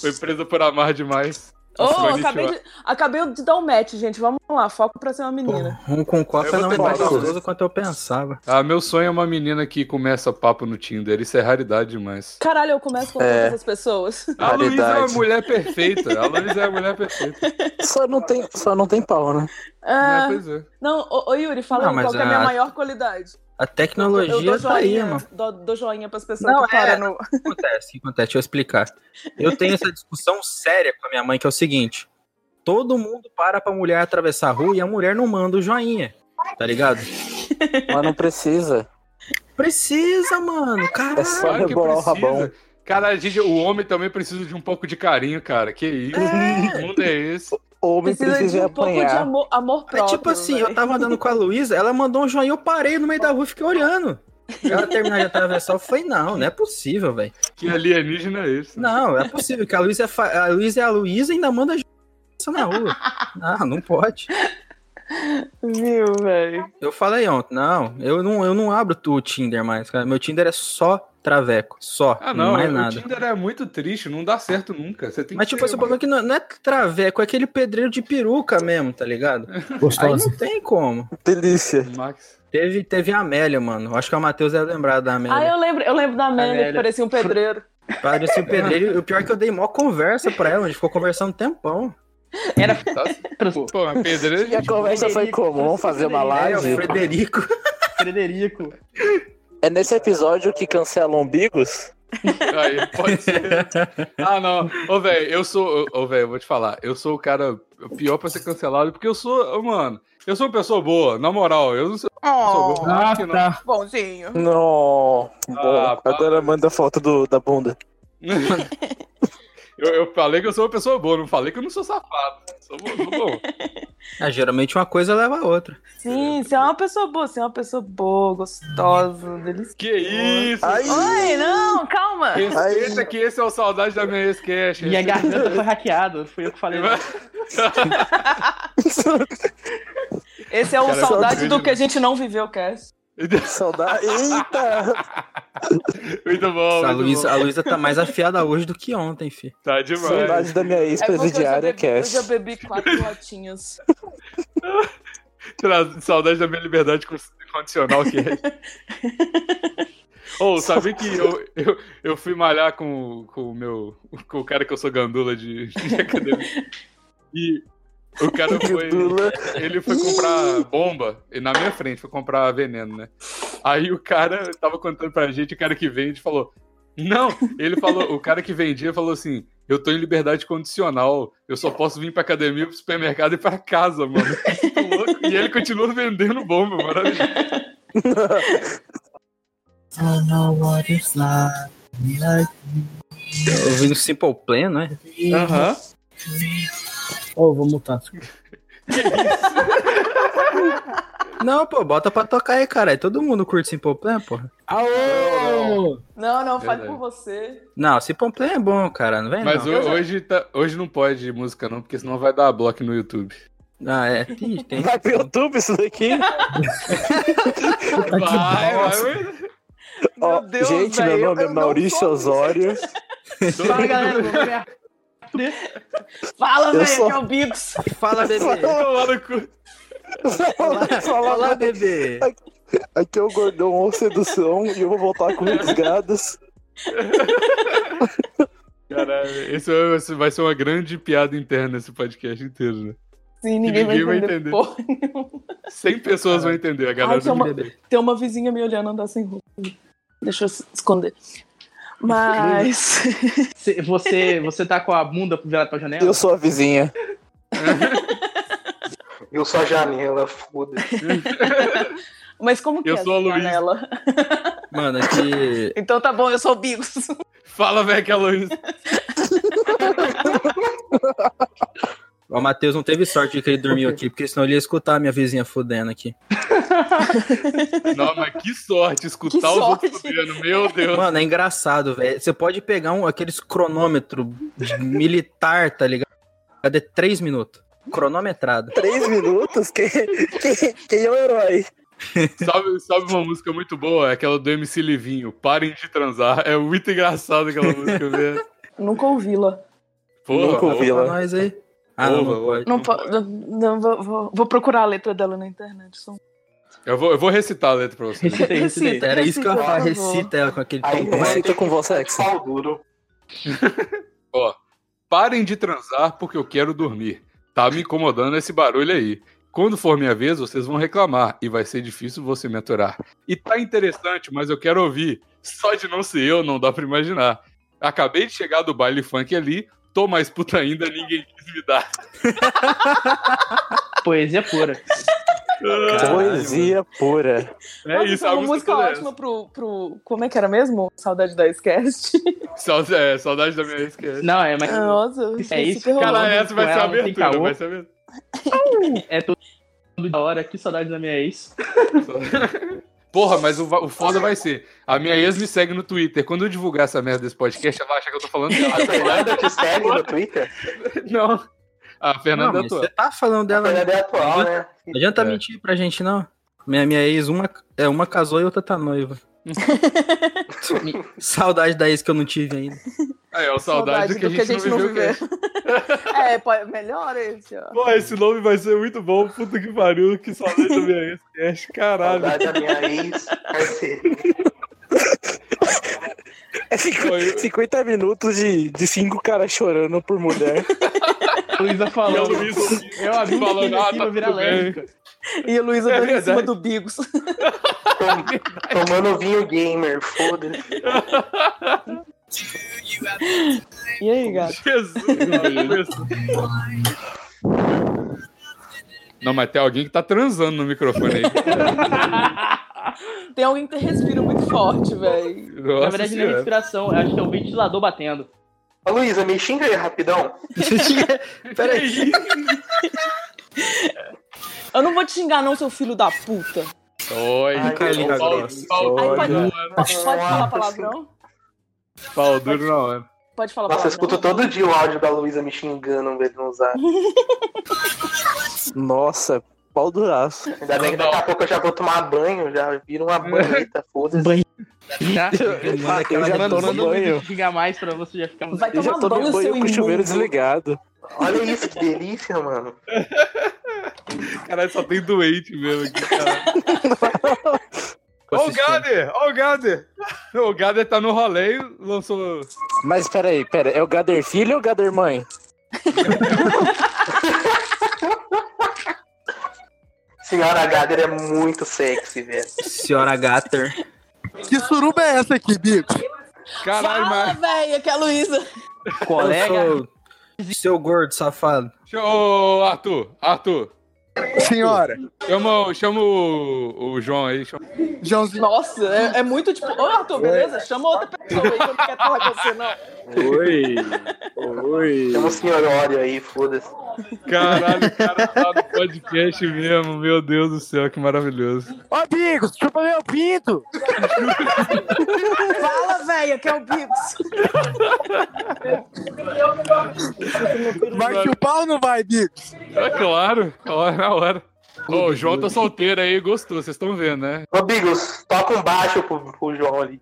[SPEAKER 1] Foi presa por amar demais.
[SPEAKER 2] Ô,
[SPEAKER 1] Konnichiwa.
[SPEAKER 2] acabei, de, acabei de dar um match, gente. Vamos lá, foco pra ser uma menina.
[SPEAKER 5] Um com coca
[SPEAKER 1] Eu vou
[SPEAKER 5] não é
[SPEAKER 1] tentar
[SPEAKER 5] mais
[SPEAKER 1] dar uma
[SPEAKER 5] gostoso quanto eu pensava.
[SPEAKER 1] Ah, meu sonho é uma menina que começa papo no Tinder. Isso é raridade demais.
[SPEAKER 2] Caralho, eu começo com
[SPEAKER 6] É.
[SPEAKER 2] todas as pessoas.
[SPEAKER 1] A Luísa é uma
[SPEAKER 6] Raridade.
[SPEAKER 1] mulher perfeita. A Luísa é a mulher perfeita.
[SPEAKER 6] Só não tem, só não tem pau, né?
[SPEAKER 1] É,
[SPEAKER 2] Ah,
[SPEAKER 1] pois é.
[SPEAKER 2] não, ô, ô Yuri, fala
[SPEAKER 5] Não,
[SPEAKER 2] aí
[SPEAKER 5] mas
[SPEAKER 2] qual que é a minha
[SPEAKER 5] a-
[SPEAKER 2] maior qualidade.
[SPEAKER 5] A
[SPEAKER 2] Eu
[SPEAKER 5] tecnologia
[SPEAKER 2] dou
[SPEAKER 5] tá aí,
[SPEAKER 2] joinha,
[SPEAKER 5] mano.
[SPEAKER 2] dou, dou joinha pras pessoas
[SPEAKER 5] Não,
[SPEAKER 2] que
[SPEAKER 5] é.
[SPEAKER 2] param no.
[SPEAKER 5] O que acontece? O que acontece? Deixa eu explicar. Eu tenho essa discussão séria com a minha mãe, que é o seguinte: todo mundo para pra mulher atravessar a rua e a mulher não manda o joinha. Tá ligado?
[SPEAKER 6] Mas não precisa.
[SPEAKER 5] Precisa, mano. Caralho.
[SPEAKER 6] É só
[SPEAKER 1] Claro que
[SPEAKER 6] rebolar o
[SPEAKER 1] precisa.
[SPEAKER 6] rabão.
[SPEAKER 1] Cara, a gente, o homem também precisa de um pouco de carinho, cara. Que isso? Que mundo é esse?
[SPEAKER 6] Homem
[SPEAKER 2] Precisa,
[SPEAKER 6] precisa
[SPEAKER 2] de um pouco de
[SPEAKER 6] apanhar.
[SPEAKER 2] amor, amor
[SPEAKER 5] É
[SPEAKER 2] próprio.
[SPEAKER 5] tipo assim,
[SPEAKER 2] véi.
[SPEAKER 5] eu tava andando com a Luísa, ela mandou um joinha, eu parei no meio da rua e fiquei olhando. Na hora de terminar de atravessar, eu falei, não, não é possível, velho.
[SPEAKER 1] Que alienígena é esse?
[SPEAKER 5] Não, é possível, que a Luísa é, fa- a Luísa é a Luísa e ainda manda joinha na rua. Não, não pode.
[SPEAKER 2] Viu, velho?
[SPEAKER 5] Eu falei ontem, não, eu não, eu não abro o Tinder mais, cara. Meu Tinder é só traveco, só,
[SPEAKER 1] Ah, não.
[SPEAKER 5] mais
[SPEAKER 1] o
[SPEAKER 5] nada.
[SPEAKER 1] Tinder é muito triste, não dá certo nunca. Você tem
[SPEAKER 5] Mas
[SPEAKER 1] que
[SPEAKER 5] tipo,
[SPEAKER 1] ser-
[SPEAKER 5] esse problema é que não, não é traveco, é aquele pedreiro de peruca mesmo, tá ligado?
[SPEAKER 1] É.
[SPEAKER 5] Aí
[SPEAKER 10] Gostosa.
[SPEAKER 5] não tem como.
[SPEAKER 6] Delícia.
[SPEAKER 1] Max.
[SPEAKER 5] Teve, teve a Amélia, mano. Acho que o Matheus é lembrado da Amélia.
[SPEAKER 2] Ah, eu lembro, eu lembro da Amélia, que
[SPEAKER 4] Amélia.
[SPEAKER 2] parecia um pedreiro.
[SPEAKER 5] Parecia o pedreiro. e O pior é que eu dei mó conversa pra ela, a gente ficou conversando um tempão.
[SPEAKER 4] Era
[SPEAKER 1] Tá... Pô, a pedreira.
[SPEAKER 6] E a conversa foi como? Vamos fazer uma
[SPEAKER 5] Aí, o
[SPEAKER 6] live?
[SPEAKER 5] Frederico.
[SPEAKER 4] Frederico.
[SPEAKER 6] É nesse episódio que cancelam umbigos?
[SPEAKER 1] Aí, pode ser. Ah, não. Ô, velho, eu sou. Ô, velho, eu vou te falar. Eu sou o cara pior pra ser cancelado, porque eu sou. ô, Mano, eu sou uma pessoa boa, na moral. Eu não sou.
[SPEAKER 2] Oh,
[SPEAKER 1] sou
[SPEAKER 10] Ah,
[SPEAKER 1] que não.
[SPEAKER 10] tá.
[SPEAKER 2] bonzinho.
[SPEAKER 6] Não.
[SPEAKER 1] Ah,
[SPEAKER 6] Bom, agora manda foto do, da bunda.
[SPEAKER 1] Eu, eu falei que eu sou uma pessoa boa, não falei que eu não sou safado. Sou bo- sou bom.
[SPEAKER 5] Ah, geralmente uma coisa leva a outra.
[SPEAKER 2] Sim, você é uma pessoa boa, você é uma pessoa boa, gostosa, deliciosa.
[SPEAKER 1] Que isso?
[SPEAKER 6] Ai,
[SPEAKER 2] Oi, não, calma.
[SPEAKER 1] Respeita que esse é o saudade da minha ex-cash.
[SPEAKER 6] é
[SPEAKER 4] Minha garganta foi hackeada. Fui eu que falei.
[SPEAKER 2] Esse é o
[SPEAKER 1] Cara,
[SPEAKER 2] saudade
[SPEAKER 1] só
[SPEAKER 2] do
[SPEAKER 1] vídeo,
[SPEAKER 2] que a gente não viveu, Cass.
[SPEAKER 6] saudade. Eita!
[SPEAKER 1] Muito bom,
[SPEAKER 5] a,
[SPEAKER 1] muito
[SPEAKER 5] Luísa,
[SPEAKER 1] bom.
[SPEAKER 5] a Luísa tá mais afiada hoje do que ontem, fi.
[SPEAKER 1] Tá demais.
[SPEAKER 6] Saudade da minha
[SPEAKER 2] É porque eu já,
[SPEAKER 6] ex-presidiária,
[SPEAKER 2] bebi, eu já
[SPEAKER 6] Cass.
[SPEAKER 2] bebi quatro latinhas.
[SPEAKER 1] Tra- Saudade da minha liberdade con- condicional que é. Ou, sabe que eu, eu, eu fui malhar com, o- com o meu. com o cara que eu sou gandula de, de academia. E o cara
[SPEAKER 6] é
[SPEAKER 1] foi.
[SPEAKER 6] Gandula.
[SPEAKER 1] Ele foi comprar bomba, e na minha frente, foi comprar veneno, né? Aí o cara tava contando pra gente, o cara que vende falou. Não, ele falou, o cara que vendia falou assim: eu tô em liberdade condicional, eu só posso vir pra academia, pro supermercado e pra casa, mano. Muito louco. E ele continua vendendo bomba, maravilhoso.
[SPEAKER 5] I know what it's like. Ouvindo Simple Plan, não é?
[SPEAKER 11] Aham. Oh, vou mutar.
[SPEAKER 5] Não, pô, bota pra tocar aí, cara. Todo mundo curte Simple Plan, porra.
[SPEAKER 2] Aô! Não, não, fale
[SPEAKER 5] Verdade.
[SPEAKER 2] por você.
[SPEAKER 5] Não, Simple Plan é bom, cara. Não vem
[SPEAKER 1] Mas
[SPEAKER 5] não.
[SPEAKER 1] ho- hoje, tá- hoje não pode música, não, porque senão vai dar bloco no YouTube.
[SPEAKER 5] Ah, é.
[SPEAKER 6] Vai pro YouTube isso daqui?
[SPEAKER 1] Vai, vai, vai.
[SPEAKER 6] Ó,
[SPEAKER 4] Deus,
[SPEAKER 6] gente,
[SPEAKER 4] velho,
[SPEAKER 6] meu nome
[SPEAKER 4] eu
[SPEAKER 6] é
[SPEAKER 4] não
[SPEAKER 6] Maurício
[SPEAKER 2] um
[SPEAKER 6] Osório.
[SPEAKER 4] Fala, galera, vamos ver.
[SPEAKER 2] Fala,
[SPEAKER 6] Eu
[SPEAKER 2] velho,
[SPEAKER 6] sou-
[SPEAKER 2] que é o Bicos.
[SPEAKER 5] Fala,
[SPEAKER 6] Fala,
[SPEAKER 5] Olá, bebê.
[SPEAKER 6] Aqui é o Gordão ou Sedução e eu vou voltar com os gados.
[SPEAKER 1] Caralho, esse, é- esse vai ser uma grande piada interna esse podcast inteiro, né?
[SPEAKER 2] Sim, ninguém,
[SPEAKER 1] Ninguém
[SPEAKER 2] vai
[SPEAKER 1] vai
[SPEAKER 2] entender.
[SPEAKER 1] entender.
[SPEAKER 2] porra.
[SPEAKER 1] 100 pessoas vão entender, a galera
[SPEAKER 2] Ai, tem,
[SPEAKER 1] do
[SPEAKER 2] uma,
[SPEAKER 1] bebê.
[SPEAKER 2] tem uma vizinha me olhando andar sem roupa. Deixa eu se- esconder. Mas.
[SPEAKER 4] Cê- Você, você tá com a bunda virada pra janela?
[SPEAKER 6] Eu sou a vizinha.
[SPEAKER 8] Eu sou a janela, foda-se.
[SPEAKER 2] Mas como que
[SPEAKER 8] Eu
[SPEAKER 2] é
[SPEAKER 8] sou a
[SPEAKER 2] essa
[SPEAKER 8] Luísa.
[SPEAKER 2] janela?
[SPEAKER 5] Mano, é aqui.
[SPEAKER 2] Então tá bom, eu sou o Bicos.
[SPEAKER 1] Fala, velho, que é Luiz.
[SPEAKER 5] O Matheus não teve sorte de que ele dormiu aqui, porque senão ele ia escutar a minha vizinha fudendo aqui.
[SPEAKER 1] Não, mas que sorte escutar os
[SPEAKER 5] Que
[SPEAKER 1] outros
[SPEAKER 5] sorte.
[SPEAKER 1] fudendo, meu Deus.
[SPEAKER 5] Mano, é engraçado, velho. Você pode pegar um, aqueles cronômetro de militar, tá ligado? Cadê três minutos?
[SPEAKER 1] Tá
[SPEAKER 5] Cronometrado.
[SPEAKER 6] Três minutos? Quem, quem, quem é o herói?
[SPEAKER 1] Sabe, sabe uma música muito boa? É Aquela do MC Livinho, Parem de Transar. É muito engraçado aquela música, velho.
[SPEAKER 2] Nunca ouvi-la.
[SPEAKER 1] Porra,
[SPEAKER 6] Nunca ouvi
[SPEAKER 1] porra.
[SPEAKER 6] lá.
[SPEAKER 5] Nós aí. Ah, não,
[SPEAKER 1] Porra,
[SPEAKER 5] não pode.
[SPEAKER 2] Não, po- não, não, vou, vou- vou procurar a letra dela na internet. só um-
[SPEAKER 1] Eu vou, eu vou recitar a letra pra vocês.
[SPEAKER 2] Recita aí, recita aí. Recita,
[SPEAKER 5] Era isso que eu ia falar,
[SPEAKER 2] por favor. é
[SPEAKER 5] recita ela com aquele
[SPEAKER 1] Aí,
[SPEAKER 5] tom.
[SPEAKER 6] Recita com voz sexy.
[SPEAKER 8] Pau duro.
[SPEAKER 1] Ó, parem de transar porque eu quero dormir. Tá me incomodando esse barulho aí. Quando for minha vez, vocês vão reclamar e vai ser difícil você me aturar. E tá interessante, mas eu quero ouvir. Só de não ser eu, não dá pra imaginar. Acabei de chegar do baile funk ali, tô mais puta ainda, ninguém quis me dar.
[SPEAKER 4] Poesia pura.
[SPEAKER 6] Poesia pura.
[SPEAKER 1] É
[SPEAKER 2] Nossa,
[SPEAKER 1] isso,
[SPEAKER 2] foi
[SPEAKER 1] a
[SPEAKER 2] uma
[SPEAKER 1] música
[SPEAKER 2] música
[SPEAKER 1] toda
[SPEAKER 2] ótima pro, pro. Como é que era mesmo? Saudade da Esquest.
[SPEAKER 1] Saudade, é, saudade da minha ex. que é-
[SPEAKER 4] Não, é, mas.
[SPEAKER 2] Nossa,
[SPEAKER 4] é isso que
[SPEAKER 1] Cara, essa vai ser a abertura, vai ser a abertura.
[SPEAKER 4] É todo da hora, que saudade da minha ex.
[SPEAKER 1] Porra, mas o, va- o foda vai ser. A minha ex me segue no Twitter. Quando eu divulgar essa merda desse podcast, ela acha que eu tô falando dela.
[SPEAKER 8] A Fernanda te segue no Twitter?
[SPEAKER 1] Não. A Fernanda
[SPEAKER 5] Não,
[SPEAKER 1] é
[SPEAKER 5] mas
[SPEAKER 1] tua.
[SPEAKER 5] você tá falando dela.
[SPEAKER 8] A Fernanda é atual, né?
[SPEAKER 5] Não adianta
[SPEAKER 1] É.
[SPEAKER 5] mentir pra gente, não. Minha, minha ex, uma, é, uma casou e outra tá noiva. Saudade da ex que eu não tive ainda.
[SPEAKER 1] Aí, ó, saudade, do que a gente, não viveu. que é isso.
[SPEAKER 2] é, pô, melhor esse, ó.
[SPEAKER 1] Pô, esse nome vai ser muito bom. Puta que pariu, que saudade da minha ex. Cash, caralho.
[SPEAKER 8] Saudade da minha ex. parceiro.
[SPEAKER 6] É cinqu- 50 minutos de, de cinco caras chorando por mulher.
[SPEAKER 4] Luísa
[SPEAKER 1] E a
[SPEAKER 4] falando.
[SPEAKER 1] Luísa
[SPEAKER 4] Eu abri
[SPEAKER 1] falando,
[SPEAKER 4] falando,
[SPEAKER 1] ah,
[SPEAKER 4] aqui
[SPEAKER 1] tá
[SPEAKER 4] pra virar
[SPEAKER 1] tudo bem.
[SPEAKER 4] lésbica.
[SPEAKER 2] E a Luísa
[SPEAKER 1] É
[SPEAKER 2] dando em cima
[SPEAKER 1] verdade.
[SPEAKER 2] do Bigos.
[SPEAKER 8] Tomando vinho gamer, foda-se.
[SPEAKER 2] E aí, gato?
[SPEAKER 1] Jesus. mano, isso. Não, mas tem alguém que tá transando no microfone aí.
[SPEAKER 2] Tem alguém que respira muito forte, velho.
[SPEAKER 1] Nossa
[SPEAKER 4] Na verdade, não é
[SPEAKER 1] Senhora.
[SPEAKER 4] respiração, eu acho que é o ventilador batendo.
[SPEAKER 8] Ô, Luísa, me xinga aí rapidão.
[SPEAKER 5] Peraí.
[SPEAKER 2] Eu não vou te xingar, não, seu filho da puta.
[SPEAKER 1] Oi,
[SPEAKER 8] Ai,
[SPEAKER 1] pau-
[SPEAKER 5] língua
[SPEAKER 1] pau-
[SPEAKER 5] grossa.
[SPEAKER 1] pau-
[SPEAKER 2] Aí pode,
[SPEAKER 1] pau-
[SPEAKER 2] pode falar palavrão?
[SPEAKER 1] Pau duro né? na hora.
[SPEAKER 2] Pode falar
[SPEAKER 8] Nossa, eu
[SPEAKER 2] palavrão.
[SPEAKER 8] escuto todo dia o áudio da Luísa me xingando, velho, no zap.
[SPEAKER 6] Nossa, pau duraço.
[SPEAKER 8] Ainda bem que daqui a pouco eu já vou tomar banho, já viro uma banheta, foda-se.
[SPEAKER 4] Tá?
[SPEAKER 6] Eu já tô no
[SPEAKER 4] Quando você
[SPEAKER 6] banho.
[SPEAKER 4] xingar mais pra você já ficar
[SPEAKER 2] Vai
[SPEAKER 6] Eu já
[SPEAKER 2] tomar
[SPEAKER 6] tô
[SPEAKER 2] banho,
[SPEAKER 6] no
[SPEAKER 2] seu
[SPEAKER 6] banho com o chuveiro
[SPEAKER 2] imundo.
[SPEAKER 6] desligado.
[SPEAKER 8] Olha isso, que delícia, mano.
[SPEAKER 1] Caralho, só tem doente mesmo aqui, cara. Ó o Gader! Ó o Gader! O Gader tá no rolê e lançou.
[SPEAKER 6] Mas peraí, pera, é o Gader filho ou Gader mãe?
[SPEAKER 8] Senhora Gader é muito sexy, velho.
[SPEAKER 5] Senhora Gatter.
[SPEAKER 12] Que suruba é essa aqui, Bico?
[SPEAKER 1] Caralho,
[SPEAKER 2] Fala,
[SPEAKER 1] mas.
[SPEAKER 2] velho, que é a Luísa.
[SPEAKER 5] Eu sou seu gordo safado.
[SPEAKER 1] Ô, Arthur, Arthur,
[SPEAKER 13] Senhora.
[SPEAKER 1] Chama, o- chama o, o João aí. Chama...
[SPEAKER 13] Joãozinho.
[SPEAKER 2] Nossa, é, é muito tipo, ô Arthur, beleza? Chama outra pessoa aí que eu não quero falar com você, não.
[SPEAKER 8] Oi. Oi. Tem um senhorório aí, foda-se.
[SPEAKER 1] Caralho, o cara tá no podcast mesmo. Meu Deus do céu, que maravilhoso.
[SPEAKER 13] Ô, Bigos, chupa meu pinto!
[SPEAKER 14] Fala, velho, que é o Bigos.
[SPEAKER 13] Vai chupar ou não vai, Bigos?
[SPEAKER 1] É claro, ó, na hora. Ô, o João tá solteiro aí, gostou, vocês estão vendo, né?
[SPEAKER 8] Ô, Bigos, toca um baixo pro, pro João ali.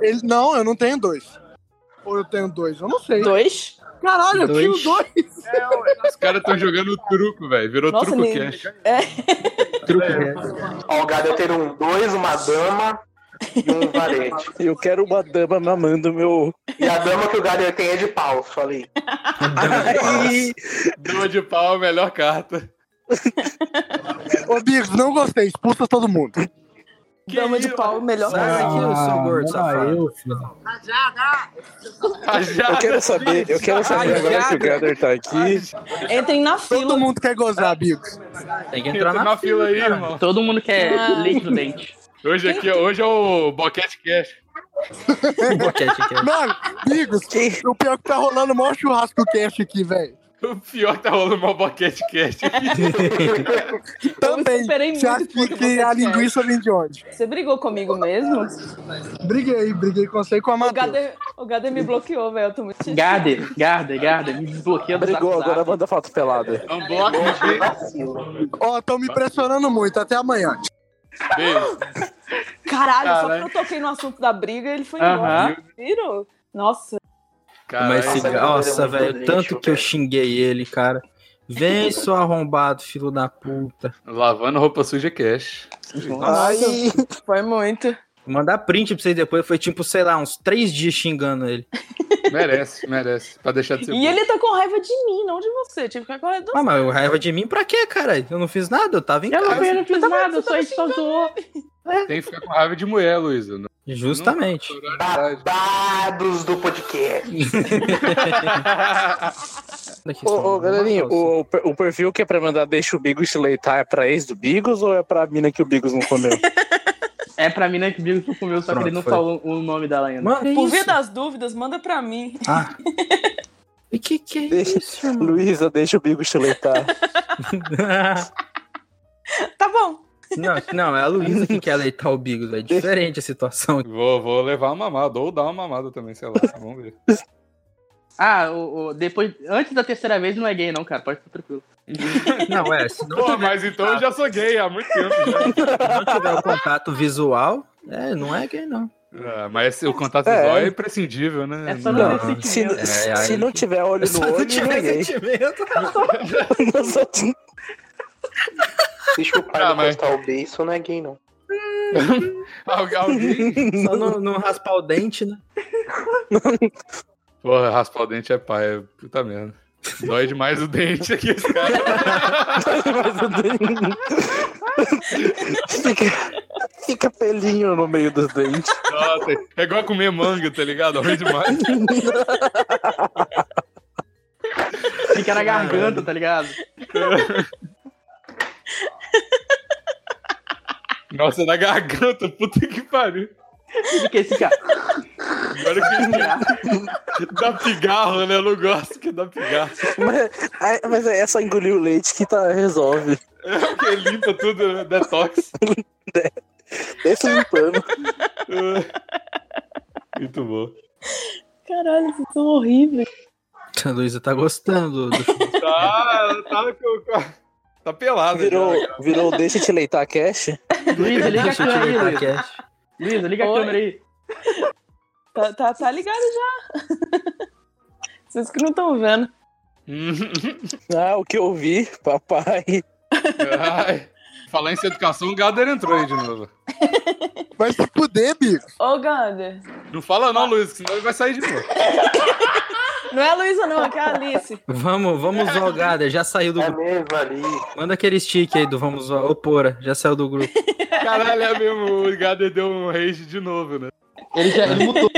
[SPEAKER 13] Ele, não, eu não tenho dois. Ou eu tenho dois, eu não sei.
[SPEAKER 2] Dois?
[SPEAKER 13] Caralho, eu
[SPEAKER 1] Dois.
[SPEAKER 13] tenho dois!
[SPEAKER 1] Os caras tão jogando truco, velho. Virou
[SPEAKER 13] Nossa,
[SPEAKER 1] truco
[SPEAKER 13] nem-
[SPEAKER 1] cash.
[SPEAKER 5] Truco
[SPEAKER 8] Ó, o gado eu tenho um dois, uma dama e um valete.
[SPEAKER 6] Eu quero uma dama mamando meu.
[SPEAKER 8] E a dama que o Gado tem é de pau, falei.
[SPEAKER 1] Dama de pau, melhor carta.
[SPEAKER 13] Ô, Bigos, não gostei, expulsa todo mundo.
[SPEAKER 2] Dama de pau, melhor
[SPEAKER 13] Sai
[SPEAKER 2] coisa.
[SPEAKER 13] daqui, ô, seu gordo
[SPEAKER 15] não,
[SPEAKER 13] safado.
[SPEAKER 15] eu, filho.
[SPEAKER 6] Eu quero saber, eu quero saber agora que o Gather tá aqui.
[SPEAKER 2] Entrem na fila.
[SPEAKER 13] Todo mundo quer gozar, Bigos.
[SPEAKER 5] Tem
[SPEAKER 1] que entrar tá na, fila, aí, irmão.
[SPEAKER 4] Todo mundo quer
[SPEAKER 2] Ah.
[SPEAKER 4] leite no dente.
[SPEAKER 1] Hoje aqui, hoje é o Boquete Cash.
[SPEAKER 13] Mano, Bigos, o pior que tá rolando o maior churrasco cast aqui, velho.
[SPEAKER 1] O pior que tá rolando mal Boquete Cash.
[SPEAKER 13] Também.
[SPEAKER 2] esperei
[SPEAKER 13] Você acha que,
[SPEAKER 2] muito é pouco
[SPEAKER 13] que a
[SPEAKER 2] podcast.
[SPEAKER 13] linguiça vem de onde?
[SPEAKER 2] Você brigou comigo mesmo?
[SPEAKER 13] Briguei, briguei com você e com a
[SPEAKER 2] O
[SPEAKER 13] Matheus.
[SPEAKER 2] Gader, o Gader me bloqueou, velho. Eu tô muito
[SPEAKER 4] Garder, Garder, Garder, me desbloqueia do
[SPEAKER 6] Brigou,
[SPEAKER 4] zap, zap.
[SPEAKER 6] agora né? manda foto pelada.
[SPEAKER 13] Ó, estão me pressionando muito. Até amanhã.
[SPEAKER 2] Caralho, só
[SPEAKER 13] Caralho.
[SPEAKER 2] que eu toquei no assunto da briga, ele foi
[SPEAKER 5] Aham.
[SPEAKER 2] embora. Viram? Nossa.
[SPEAKER 5] Mas se...
[SPEAKER 8] Caralho.
[SPEAKER 5] Nossa,
[SPEAKER 8] Ele é muito
[SPEAKER 5] velho, tanto que eu xinguei ele, cara. Vem, seu arrombado, filho da puta.
[SPEAKER 1] Lavando roupa suja é cash.
[SPEAKER 2] Nossa, foi muito.
[SPEAKER 5] Mandar print pra vocês depois. Foi tipo, sei lá, uns três dias xingando ele.
[SPEAKER 1] Merece, merece. Pra deixar de ser
[SPEAKER 2] E ele tá com raiva de mim, não de você. Tive que ficar com raiva do
[SPEAKER 5] Ah, mas o raiva de mim pra quê, cara? Eu não fiz nada, eu tava em
[SPEAKER 4] Eu não,
[SPEAKER 5] casa.
[SPEAKER 4] eu não fiz nada, eu só ele só zoou.
[SPEAKER 1] Tem que ficar com raiva de mulher, Luísa. Não-
[SPEAKER 5] Justamente.
[SPEAKER 8] Babados do podcast.
[SPEAKER 6] Ô,
[SPEAKER 5] tá
[SPEAKER 6] ô, galerinha, o, o per- o perfil que é pra mandar deixa o Bigos se leitar é pra ex do Bigos ou é pra mina que o Bigos não comeu?
[SPEAKER 4] É pra mim, né, que o Bigo comeu, só que ele não
[SPEAKER 6] foi.
[SPEAKER 4] falou o nome dela ainda.
[SPEAKER 2] Por via das dúvidas, manda pra mim.
[SPEAKER 5] Ah. E que que é
[SPEAKER 6] isso, Luísa, deixa o Bigos se leitar.
[SPEAKER 2] Tá bom.
[SPEAKER 5] Não, não, é a Luísa que quer leitar o Bigos, é diferente a situação.
[SPEAKER 1] Vou, vou levar uma mamada, ou dar uma mamada também, sei lá. tá Vamos ver.
[SPEAKER 4] Ah, o, o- depois, antes da terceira vez não é gay, não, cara. Pode ficar tranquilo.
[SPEAKER 5] Não, é, se não
[SPEAKER 1] Pô, mas então eu já sou gay há muito tempo. né? já.
[SPEAKER 5] tiver o contato visual, é, não é gay, não.
[SPEAKER 1] Ah, mas o contato
[SPEAKER 5] É.
[SPEAKER 1] visual é imprescindível,
[SPEAKER 2] É
[SPEAKER 1] né?
[SPEAKER 5] não,
[SPEAKER 6] Se, se-
[SPEAKER 5] É,
[SPEAKER 6] se
[SPEAKER 5] aí-
[SPEAKER 6] não tiver olho
[SPEAKER 5] Se
[SPEAKER 6] no
[SPEAKER 5] não
[SPEAKER 6] olho, não é
[SPEAKER 5] tiver
[SPEAKER 6] gay.
[SPEAKER 5] sentimento.
[SPEAKER 8] Deixa o pai do postar o B, isso não é gay, não.
[SPEAKER 5] Só não, não raspar o dente, né?
[SPEAKER 1] Porra, raspar o dente é pai, é puta merda. Dói demais o dente aqui, esse cara.
[SPEAKER 6] fica, fica pelinho no meio dos dentes.
[SPEAKER 1] Nossa, é igual comer manga, tá ligado? Dói demais.
[SPEAKER 4] Fica na garganta, tá ligado?
[SPEAKER 1] Nossa, na garganta, puta que pariu.
[SPEAKER 4] Fica esse cara.
[SPEAKER 1] Agora que dá pigarro, né? Eu não gosto que dá pigarro.
[SPEAKER 6] Mas, ai, mas é só engolir o leite que tá, resolve.
[SPEAKER 1] É que limpa tudo, né? detox.
[SPEAKER 6] Deixa limpando.
[SPEAKER 1] Muito bom.
[SPEAKER 2] Caralho, vocês são horríveis.
[SPEAKER 5] A Luísa tá gostando. do-
[SPEAKER 1] Tá, tá, com- tá pelado.
[SPEAKER 6] Virou,
[SPEAKER 1] já.
[SPEAKER 6] virou deixa te leitar cash?
[SPEAKER 4] Luísa, liga a
[SPEAKER 5] Deixa eu te
[SPEAKER 4] câmera aí,
[SPEAKER 5] ligar,
[SPEAKER 4] Luísa.
[SPEAKER 5] Cash.
[SPEAKER 4] Luísa, liga a
[SPEAKER 2] Oi.
[SPEAKER 4] câmera aí.
[SPEAKER 2] Tá, tá, tá ligado já. Vocês que não estão vendo.
[SPEAKER 5] um
[SPEAKER 1] Hum.
[SPEAKER 6] Ah, o que eu vi, papai.
[SPEAKER 1] Ai, falar em sem educação, o Gader entrou aí de novo.
[SPEAKER 13] Vai se fuder, Bigos.
[SPEAKER 2] Ô, Gander.
[SPEAKER 1] Não fala não, Luiz, que senão ele vai sair de novo.
[SPEAKER 2] Não é a Luísa, não, é que é a Alice.
[SPEAKER 5] Vamos, vamos zoar o Gader, já saiu
[SPEAKER 2] É
[SPEAKER 5] do grupo.
[SPEAKER 8] mesmo ali.
[SPEAKER 5] Manda aquele stick aí do vamos zoar. Ô, Pora, já saiu do grupo.
[SPEAKER 1] Caralho, é mesmo, o Gader deu um rage de novo, né?
[SPEAKER 4] Ele, já, ele mutou.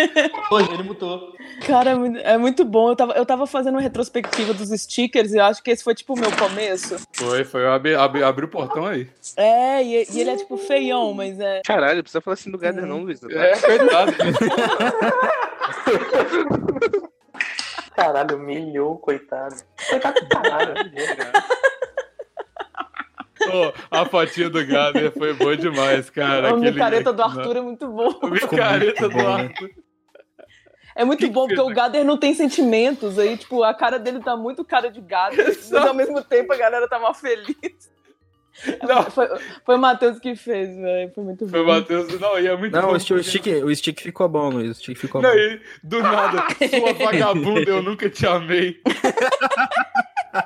[SPEAKER 4] Hoje ele mutou.
[SPEAKER 2] Cara, é mu- é muito bom. Eu tava, eu tava fazendo uma retrospectiva dos stickers e eu acho que esse foi tipo o meu começo.
[SPEAKER 1] Foi, foi. Abri, abri, abri o portão aí.
[SPEAKER 2] É, e, e ele é tipo feião, mas é.
[SPEAKER 16] Caralho, não precisa falar assim do Gader não, Luiz.
[SPEAKER 1] É, coitado.
[SPEAKER 8] Caralho, humilhou, coitado. Coitado do caralho. humilhou, cara.
[SPEAKER 1] Pô, a fotinha do Gader foi boa demais, cara.
[SPEAKER 2] a
[SPEAKER 1] Aquele-
[SPEAKER 2] um micareta do Arthur é muito boa.
[SPEAKER 1] A micareta do Arthur.
[SPEAKER 2] É muito bom, porque o Gader não tem sentimentos. Aí, tipo, a cara dele tá muito cara de Gader. Mas ao mesmo tempo a galera tá mal feliz. Foi, foi o Matheus que fez, velho. Foi muito bom.
[SPEAKER 1] Foi o Matheus. Não, e é muito
[SPEAKER 5] Não,
[SPEAKER 1] bom.
[SPEAKER 5] o stick, o, stick, o stick ficou bom, Luiz. O stick ficou
[SPEAKER 1] Não,
[SPEAKER 5] bom.
[SPEAKER 1] e do nada, sua vagabunda, eu nunca te amei.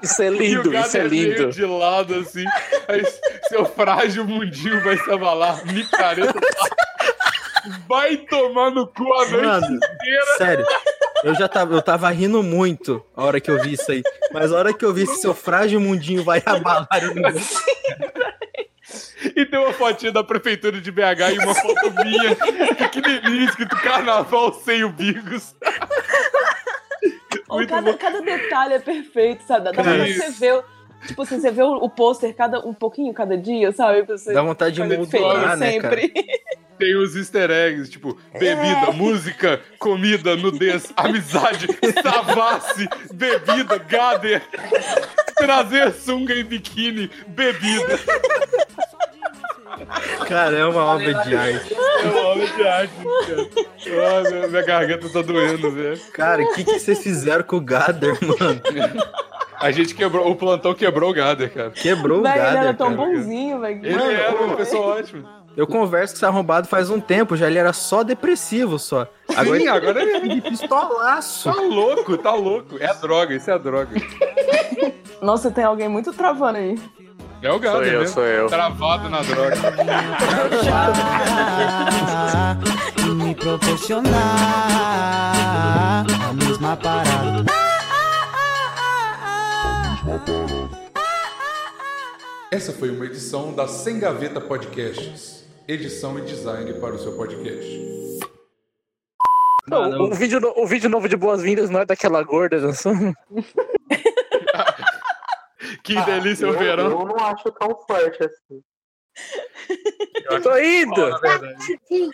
[SPEAKER 17] Isso é
[SPEAKER 1] e o
[SPEAKER 17] lindo,
[SPEAKER 1] Gader
[SPEAKER 17] isso é lindo.
[SPEAKER 1] meio de lado, assim. Aí, seu frágil mundinho vai se abalar. Micareta. Vai tomar no cu a noite
[SPEAKER 5] Mano,
[SPEAKER 1] inteira.
[SPEAKER 5] Sério, eu já tava, eu tava rindo muito a hora que eu vi isso aí. Mas a hora que eu vi esse seu frágil mundinho vai abalar. eu não vou.
[SPEAKER 1] E tem uma fotinha da prefeitura de BH e uma foto minha pequenininha escrito Carnaval sem o Bigos.
[SPEAKER 2] Ou cada, cada detalhe é perfeito, sabe? Dá dá
[SPEAKER 1] Cara,
[SPEAKER 2] vontade de você
[SPEAKER 1] isso.
[SPEAKER 2] ver. o- Tipo assim, você vê o, o pôster cada, um pouquinho cada dia, sabe? Pra você
[SPEAKER 5] Dá vontade de
[SPEAKER 2] ficar feliz
[SPEAKER 5] moldurar, né, cara?
[SPEAKER 1] Tem os easter eggs, tipo, bebida, música, comida, nudez, amizade, savasse, bebida, gader, trazer sunga em biquíni, bebida.
[SPEAKER 5] Cara, é uma obra de arte.
[SPEAKER 1] É uma obra de arte, cara. Ah, minha, minha garganta tá doendo, velho.
[SPEAKER 5] Cara, o que, que vocês fizeram com o Gader, mano?
[SPEAKER 1] A gente quebrou, o plantão quebrou o gader, cara.
[SPEAKER 5] Quebrou o
[SPEAKER 2] Véi, ele era
[SPEAKER 5] Gader.
[SPEAKER 2] tão
[SPEAKER 5] cara.
[SPEAKER 2] bonzinho, velho.
[SPEAKER 1] Ele
[SPEAKER 2] Mano,
[SPEAKER 1] era uma pessoa ótima.
[SPEAKER 5] Eu converso com esse arrombado faz um tempo, já ele era só depressivo só. Agora
[SPEAKER 1] Sim,
[SPEAKER 5] ele
[SPEAKER 1] agora é.
[SPEAKER 5] de pistolaço.
[SPEAKER 1] Tá louco, tá louco. É a droga, isso é a droga.
[SPEAKER 2] Nossa, tem alguém muito travando aí.
[SPEAKER 1] É o gader,
[SPEAKER 6] Sou eu,
[SPEAKER 1] né?
[SPEAKER 6] sou eu.
[SPEAKER 1] Travado na droga.
[SPEAKER 18] e me proporcionar a mesma parada.
[SPEAKER 19] Essa foi uma edição da Sem Gaveta Podcasts. Edição e design para o seu podcast.
[SPEAKER 6] Não,
[SPEAKER 19] não.
[SPEAKER 6] o, vídeo, no- o vídeo novo de boas-vindas não é daquela gorda dançando?
[SPEAKER 1] Que delícia o
[SPEAKER 8] Eu-
[SPEAKER 1] verão.
[SPEAKER 8] Eu não acho tão forte assim.
[SPEAKER 1] Eu tô
[SPEAKER 6] indo!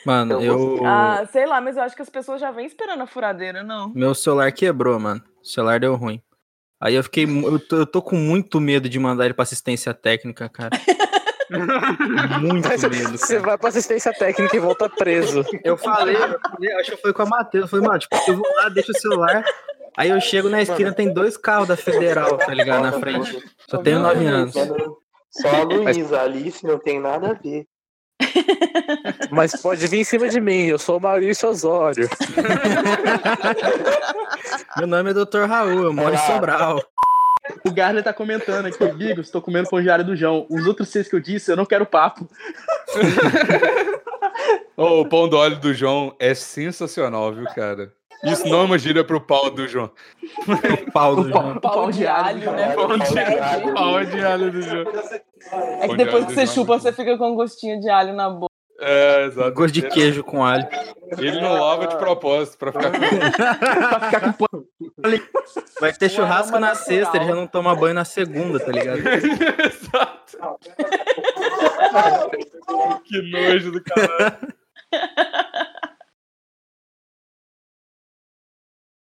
[SPEAKER 5] Mano, eu.
[SPEAKER 2] Ah, sei lá, mas eu acho que as pessoas já vêm esperando a furadeira, não.
[SPEAKER 5] Meu celular quebrou, mano. O celular deu ruim. Aí eu fiquei. mu- Eu tô, eu tô com muito medo de mandar ele pra assistência técnica, cara. muito medo.
[SPEAKER 6] Você vai pra assistência técnica e volta preso.
[SPEAKER 5] Eu falei, eu falei, acho que foi com a Matheus. Eu falei, mano, tipo, eu vou lá, deixo o celular. Aí eu chego na esquina, tem dois carros da Federal, tá ligado? Na frente. Só tenho nove anos.
[SPEAKER 8] Só a Luísa, a Alice não tem nada a ver.
[SPEAKER 6] Mas pode vir em cima de mim, eu sou o Maurício Osório.
[SPEAKER 5] Meu nome é Dr. Raul, eu moro em Sobral.
[SPEAKER 4] O Garner tá comentando aqui, Bigos, tô comendo pão diário do João. Os outros seis que eu disse, eu não quero papo.
[SPEAKER 1] Ô, o pão do óleo do João é sensacional, viu, cara? Isso não é uma gíria pro pau do João.
[SPEAKER 5] pau
[SPEAKER 1] do João.
[SPEAKER 2] Pau de alho, né?
[SPEAKER 1] Pau de alho, pau de alho do João.
[SPEAKER 2] É que depois que você chupa, você fica com um gostinho de alho na boca.
[SPEAKER 1] É, exato.
[SPEAKER 5] Gosto de queijo com alho.
[SPEAKER 1] Ele não lava de propósito pra ficar
[SPEAKER 5] Vai ter churrasco na sexta, ele já não toma banho na segunda, tá ligado?
[SPEAKER 1] com. que nojo do caralho.